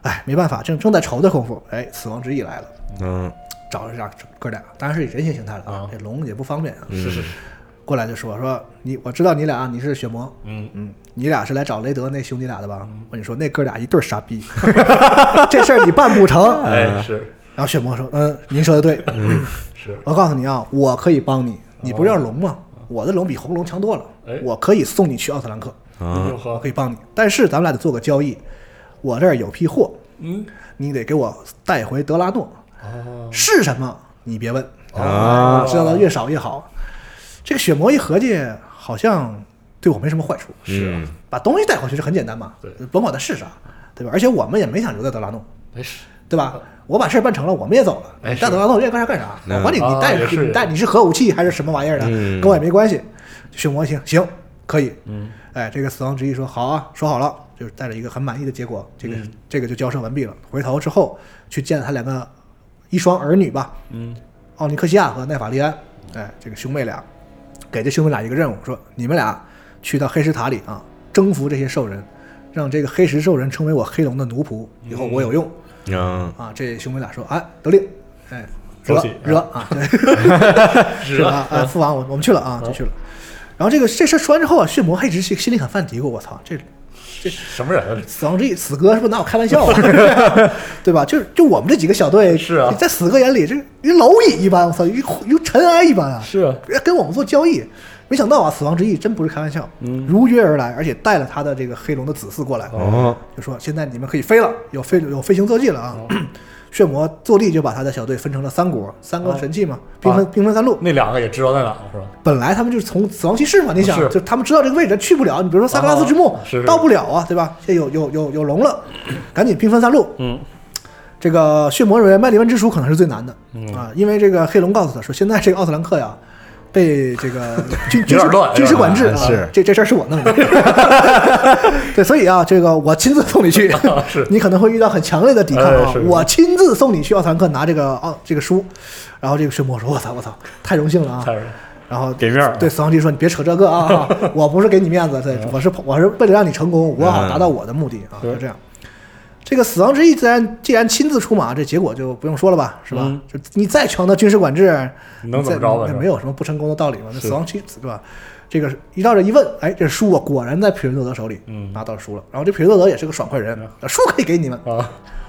哎，没办法，正正在愁的功夫，哎，死亡之翼来了，嗯，找了这俩哥俩，当然是以人形形态了啊啊，嗯这龙也不方便啊，是是，过来就说说你，我知道你俩啊你是血魔，嗯，嗯，你俩是来找雷德那兄弟俩的吧？我跟你说，那哥俩一对儿傻逼， 这事儿你办不成。哎是然后血魔说：“嗯，您说的对， 是，哦我告诉你啊，我可以帮你。你不是要龙吗？我的龙比红龙强多了哎，哦我可以送你去奥特兰克，又我喝可，以帮你。但是咱们俩得做个交易，我这儿有批货，嗯，你得给我带回德拉诺，哦，是什么你别问啊知道的越少越好。这个血魔一合计，好像对我没什么坏处，是啊，把东西带回去是很简单嘛，对甭管它是啥，对吧？而且我们也没想留在德拉诺，没事，对吧？我把事儿办成了，我们也走了。哎你带德拉诺愿意干啥干啥，嗯我管你啊你带也是你带你是核武器还是什么玩意儿的，嗯跟我也没关系。血魔行行可以，嗯，哎，这个死亡之翼说好啊，说好了，就是带着一个很满意的结果，这个嗯这个就交涉完毕了。回头之后去见他两个一双儿女吧，嗯，奥尼克西亚和奈法利安，哎，这个兄妹俩，给这兄妹俩一个任务，说你们俩去到黑石塔里啊，征服这些兽人，让这个黑石兽人成为我黑龙的奴仆，以后我有用、嗯，啊。这兄妹俩说，哎，得令，哎，走惹起惹啊，对，是啊，啊，哎，父王，我我们去了啊，就去了。然后这个这事说完之后啊，血魔还一直心心里很犯嘀咕，我操，这什么人啊？死亡之翼死哥是不是拿我开玩笑啊？ 对吧？就是就我们这几个小队是啊在死哥眼里这与蝼蚁一般，我操，与与尘埃一般啊！是啊要跟我们做交易，没想到啊，死亡之翼真不是开玩笑，嗯如约而来，而且带了他的这个黑龙的子嗣过来，哦，就说现在你们可以飞了，有飞有飞行坐骑了 啊！血魔坐力就把他的小队分成了三国，三个神器嘛，兵分兵分三路。那两个也知道在哪儿是吧？本来他们就是从死亡骑士嘛，你想啊是，就他们知道这个位置去不了。你比如说萨格拉斯之墓啊是是到不了啊，对吧？现在有有有有龙了，赶紧兵分三路。嗯，这个血魔认为麦迪文之书可能是最难的嗯啊，因为这个黑龙告诉他说，现在这个奥特兰克呀，被这 个军有军点事乱军事管制有啊，点乱是这这事儿是我 弄的，对，所以啊，这个我亲自送你 去，啊是你可能会遇到很强烈的抵抗哎啊是，我亲自送你去奥特兰克拿这个奥这个书，然后这个血魔说，我操我操，太荣幸了啊太，是然后给面儿啊对，死亡之翼说：“你别扯这个啊， 我不是给你面子，对，我是我是为了让你成功，我好达到我的目的啊，嗯就这样。”这个死亡之翼自然既然亲自出马，这结果就不用说了吧，是吧？嗯就你再强的军事管制，能你怎再么着吧那是吧没有什么不成功的道理嘛。那死亡之翼对吧？这个一到这一问，哎，这书啊果然在皮伦多德手里，嗯拿到书了。然后这皮伦多德也是个爽快人，书可以给你们，啊，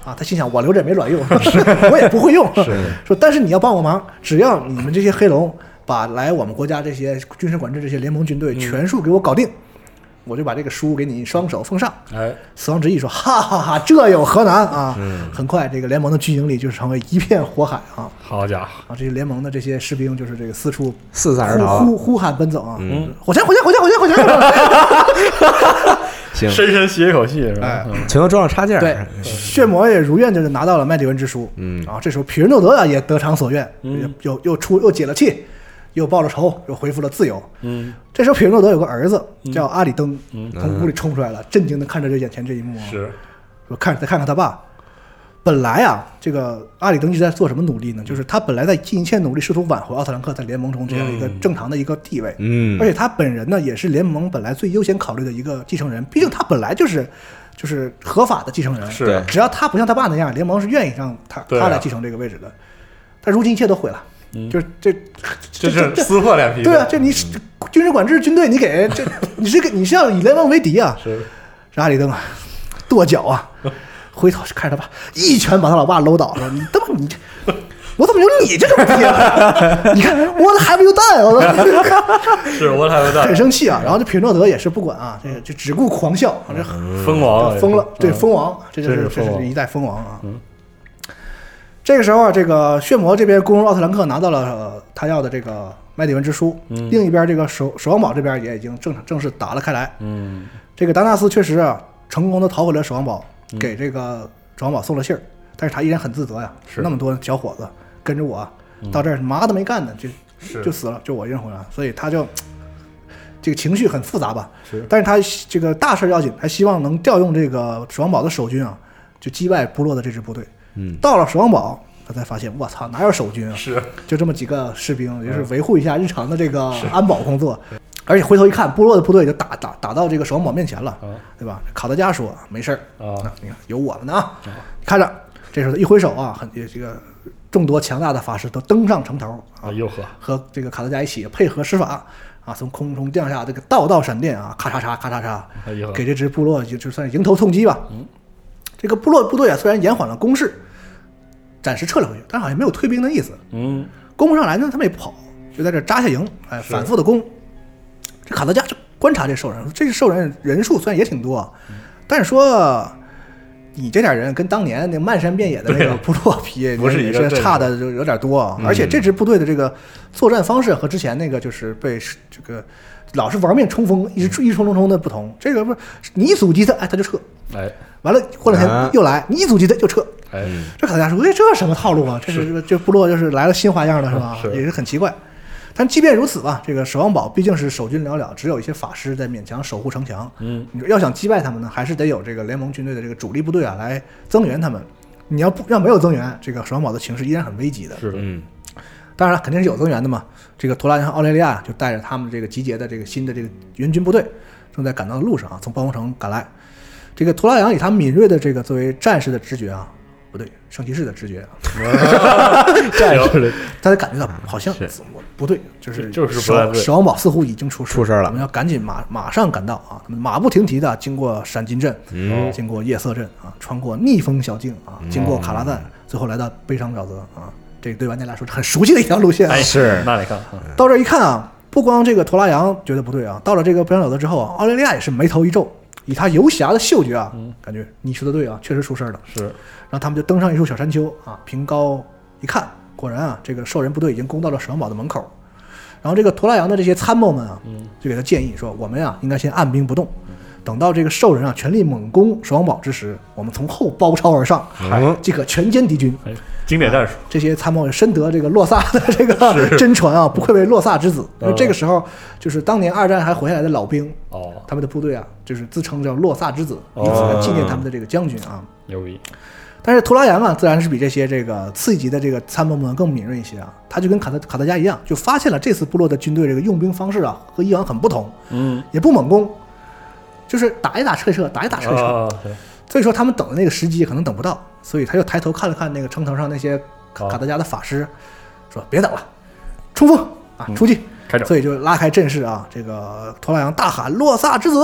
啊，他心想我留着也没卵用， 我也不会用。 说，但是你要帮我忙，只要你们这些黑龙把来我们国家这些军事管制这些联盟军队全数给我搞定，我就把这个书给你双手奉上。哎，死亡之翼说：“哈哈哈，这有何难啊！”很快，这个联盟的军营里就是成为一片火海啊！好家伙，啊，这些联盟的这些士兵就是这个四处四散而逃呼呼呼喊奔走啊！火箭，火箭，火箭，火箭，火箭！行，深深吸一口气是吧？嗯全都装上插件儿。对，嗯血魔也如愿就是拿到了麦迪文之书。嗯然后这时候皮伦诺德啊也得偿所愿，又又又出又解了气，又报了仇，又恢复了自由。嗯，这时候皮伦诺德有个儿子叫阿里登，从屋里冲出嗯来了，震惊的看着这眼前这一幕啊，是，说看再看看他爸。本来啊，这个阿里登一直在做什么努力嗯呢？就是他本来在尽一切努力试图挽回奥特兰克在联盟中这样一个嗯正常的一个地位，嗯而且他本人呢也是联盟本来最优先考虑的一个继承人，毕竟他本来就是就是合法的继承人，是对只要他不像他爸那样，联盟是愿意让他、对啊嗯他来继承这个位置的。但如今一切都毁了，就是这这是撕破脸皮的，对啊，这你军事管制军队你给这你是给你是要以联盟为敌啊！是这阿里登啊，跺脚啊，回头看着他爸，一拳把他老爸搂倒了。你他妈你这，我怎么有你这种爹、啊？ 你看我还没有蛋，啊我都是，我太伟大 很，生气啊。然后这皮诺德也是不管啊，这就只顾狂笑，啊这 疯狂疯了，对，疯蜂王，这就是嗯哦真是这蜂王是一代蜂王啊。这个时候啊，这个血魔这边攻入奥特兰克拿到了、呃他要的这个麦迪文之书，另一边这个守守望堡这边也已经正正式打了开来。嗯，这个达纳斯确实啊，成功的逃回了守望堡，给这个守望堡送了信儿，但是他依然很自责呀，是那么多小伙子跟着我啊到这儿嘛都没干呢，就是就死了，就我一人回来，所以他就这个情绪很复杂吧是。但是他这个大事要紧，还希望能调用这个守望堡的守军啊，就击败部落的这支部队。嗯，到了守望堡，他才发现，我操，哪有守军啊？是就这么几个士兵，就是维护一下日常的这个安保工作。而且回头一看，部落的部队就打打打到这个守望堡面前了，对吧？卡德加说：“没事儿啊你看有我们呢啊，你看着。”这时候他一挥手啊，很这个众多强大的法师都登上城头啊啊，，又喝，和这个卡德加一起配合施法啊，从空中降下这个道道闪电啊，咔嚓嚓咔嚓哎呦嗯嚓，给这支部落就就算是迎头痛击吧。这个部落部队啊，虽然延缓了攻势，暂时撤了回去，但好像没有退兵的意思。嗯，攻不上来呢，他们也不跑，就在这扎下营，哎，反复的攻。这卡德加就观察这兽人，这兽人人数虽然也挺多，啊，嗯但是说你这点人跟当年那漫山遍野的那个部落比，啊不是一也个嗯是阵势差的就有点多啊。而且这支部队的这个作战方式和之前那个就是被这个老是玩命冲锋，一嗯直一冲冲冲的不同。这个不是你一阻击他，哎，他就撤。哎完了，过两啊天又来，你一阻击他就撤，哎，这卡德加说：“哎，这什么套路啊？这是这部落就是来了新花样了，是吧？是也是很奇怪。但即便如此吧，这个守望堡毕竟是守军寥寥，只有一些法师在勉强守护城墙。嗯，你说要想击败他们呢，还是得有这个联盟军队的这个主力部队啊来增援他们。你要不要没有增援，这个守望堡的情势依然很危急的。是的，嗯当然了肯定是有增援的嘛。这个图拉和奥雷利亚就带着他们这个集结的这个新的这个援军部队，正在赶到的路上啊，从办公城赶来。这个图拉扬以他敏锐的这个作为战士的直觉啊，不对，圣骑士的直觉啊，战士的大家感觉到好像我不对，就是就就是不守太对守望堡似乎已经出事出事了我们要赶紧马马上赶到啊！他们马不停蹄的经过闪金镇，嗯经过夜色镇啊，穿过逆风小径啊，经过卡拉赞，最后来到悲伤沼泽啊，这个对玩家来说是很熟悉的一条路线啊。哎是那你看啊，到这一看啊，不光这个托拉扬觉得不对啊，到了这个北上沼泽之后啊，奥雷利亚也是眉头一皱，以他游侠的嗅觉啊，感觉你说的对啊，确实出事儿了。嗯是然后他们就登上一处小山丘啊，凭高一看，果然啊，这个兽人部队已经攻到了守望堡的门口。嗯然后这个托拉扬的这些参谋们啊，就给他建议说，我们呀、应该先按兵不动，等到这个兽人啊全力猛攻蛇王堡之时，我们从后包抄而上，嗯即可全歼敌军。哎经典战术，这些参谋也深得这个洛萨的 这个真传啊，不愧为洛萨之子。嗯这个时候，就是当年二战还活下来的老兵，哦，他们的部队啊，就是自称叫洛萨之子，哦以此来纪念他们的这个将军啊。牛逼，但是图拉扬啊，自然是比这些这个次一级的这个参谋们更敏锐一些啊。他就跟卡特卡特加一样，就发现了这次部落的军队这个用兵方式啊，和以往很不同，嗯，也不猛攻，就是打一打撤一撤，打一打撤一 撤。啊，对所以说他们等的那个时机可能等不到，所以他就抬头看了看那个城头上那些卡啊卡德加的法师，说别等了，冲锋啊，出击！嗯开整，所以就拉开阵势啊，这个托拉扬大喊“洛萨之子”，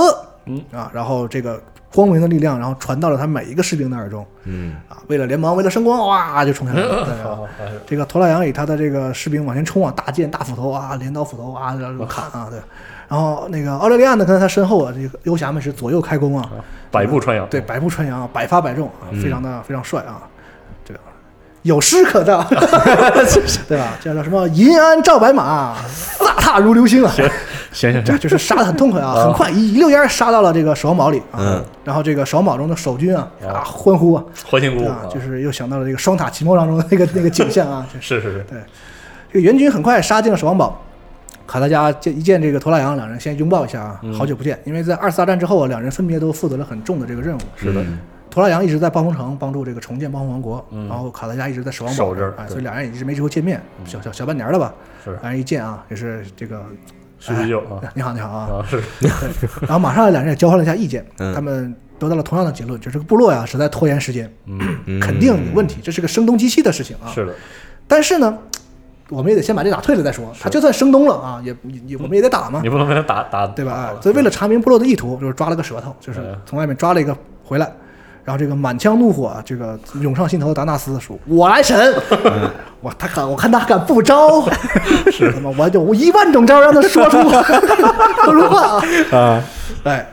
嗯啊，然后这个光明的力量，然后传到了他每一个士兵的耳中嗯，啊，为了联盟，为了圣光，哇就冲上来 了。对好啊好好这个托拉扬以他的这个士兵往前冲啊，大剑、大斧头啊，镰刀、斧头啊，然后砍啊，对。然后那个奥雷利亚呢，跟在他身后啊，这个游侠们是左右开弓啊，百步穿杨，对，百步穿杨啊，百发百中啊，非常的、非常帅啊，这个有诗可道，对吧？这叫什么？银鞍照白马，飒沓如流星啊！行行这行，就是杀的很痛快啊，很快一一溜烟儿杀到了这个守王堡里啊。嗯然后这个守王堡中的守军啊啊啊欢呼啊，欢欣鼓对舞吧啊，？就是又想到了这个双塔奇谋当中的那个那个景象啊，就是是是是，对，这个援军很快杀进了守望堡。卡达加见一见这个托拉扬，两人先拥抱一下啊，嗯好久不见。因为在二次大战之后啊，两人分别都负责了很重的这个任务。是的，托拉扬一直在暴风城帮助这个重建暴风王国，然后卡达加一直在守望嗯堡守着哎，对嗯所以两人也一直没机会见面，小小小半年了吧。是两人一见啊，也是这个 叙叙旧啊哎你好你好啊，啊是， 然后马上两人也交换了一下意见，嗯他们得到了同样的结论，就是这个部落呀、实在拖延时间，嗯肯定有问题，这是个声东击西的事情啊。是的，但是呢，我们也得先把这打退了再说。他就算升东了啊，也也也我们也得打嘛你，不能被他打打，对吧？啊，所以为了查明部落的意图，就是抓了个舌头，就是嗯从外面抓了一个回来。然后这个满腔怒火，这个涌上心头的达纳斯说：“我来审，我他敢，我看他敢不招， 是他妈我就我一万种招让他说出说出话啊！”啊，哎，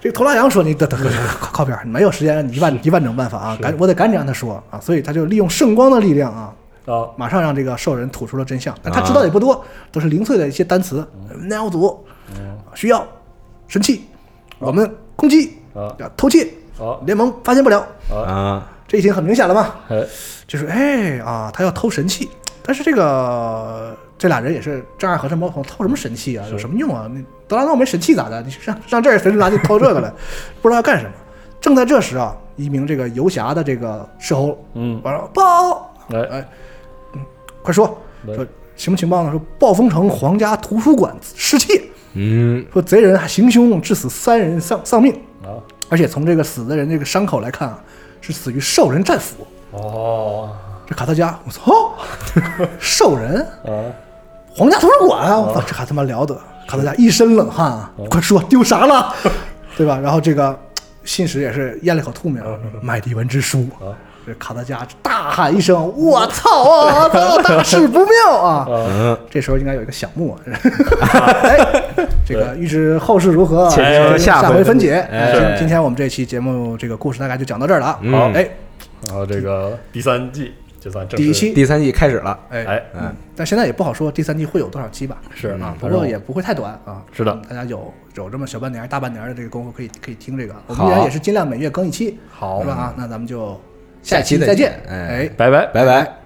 这个头拉羊说：“你等等，靠靠边儿，没有时间让你一万一万种办法啊！赶我得赶紧让他说啊！”所以他就利用圣光的力量啊，啊，马上让这个兽人吐出了真相，但他知道也不多，都是零碎的一些单词。耐奥组需要神器，我们攻击啊偷窃啊，联盟发现不了，啊，这已经很明显了嘛。哎，就是哎啊，他要偷神器，但是这个这俩人也是丈二和尚毛孔偷什么神器啊？有什么用啊？那德拉诺没神器咋的？你上上这儿神拉就偷这个了，不知道要干什么。正在这时啊，一名这个游侠的这个斥候，嗯完了报，哎哎，嗯，快说来说什么情报呢？说暴风城皇家图书馆失窃，嗯，说贼人行凶致死三人丧丧命，啊，而且从这个死的人这个伤口来看啊，是死于兽人战俘。哦，这卡特加，我操， 兽人，啊。皇家图书馆哦啊！我操，这还他妈了得！卡特加一身冷汗啊，快说丢 啥了，对吧？然后这个信使也是咽了口吐沫哦啊，麦迪文之书啊。这卡特加大喊一声：“我操啊！操，大事不 妙啊！”哦这时候应该有一个响幕啊，哎，这个预知后事如何啊，且说哎下回回分分解。解哎今今天我们这期节目这个故事大概就讲到这儿了啊。好哎，然后这个第三季就算正式第一，期，第三季开始了，哎，哎，嗯，但现在也不好说第三季会有多少期吧。是啊，不过也不会太短啊。是的大家有有这么小半年、大半年的这个功夫，可以可以听这个。我们好依然也是尽量每月更一期，好是吧？啊，那咱们就下期期再再见见，哎拜拜。拜拜。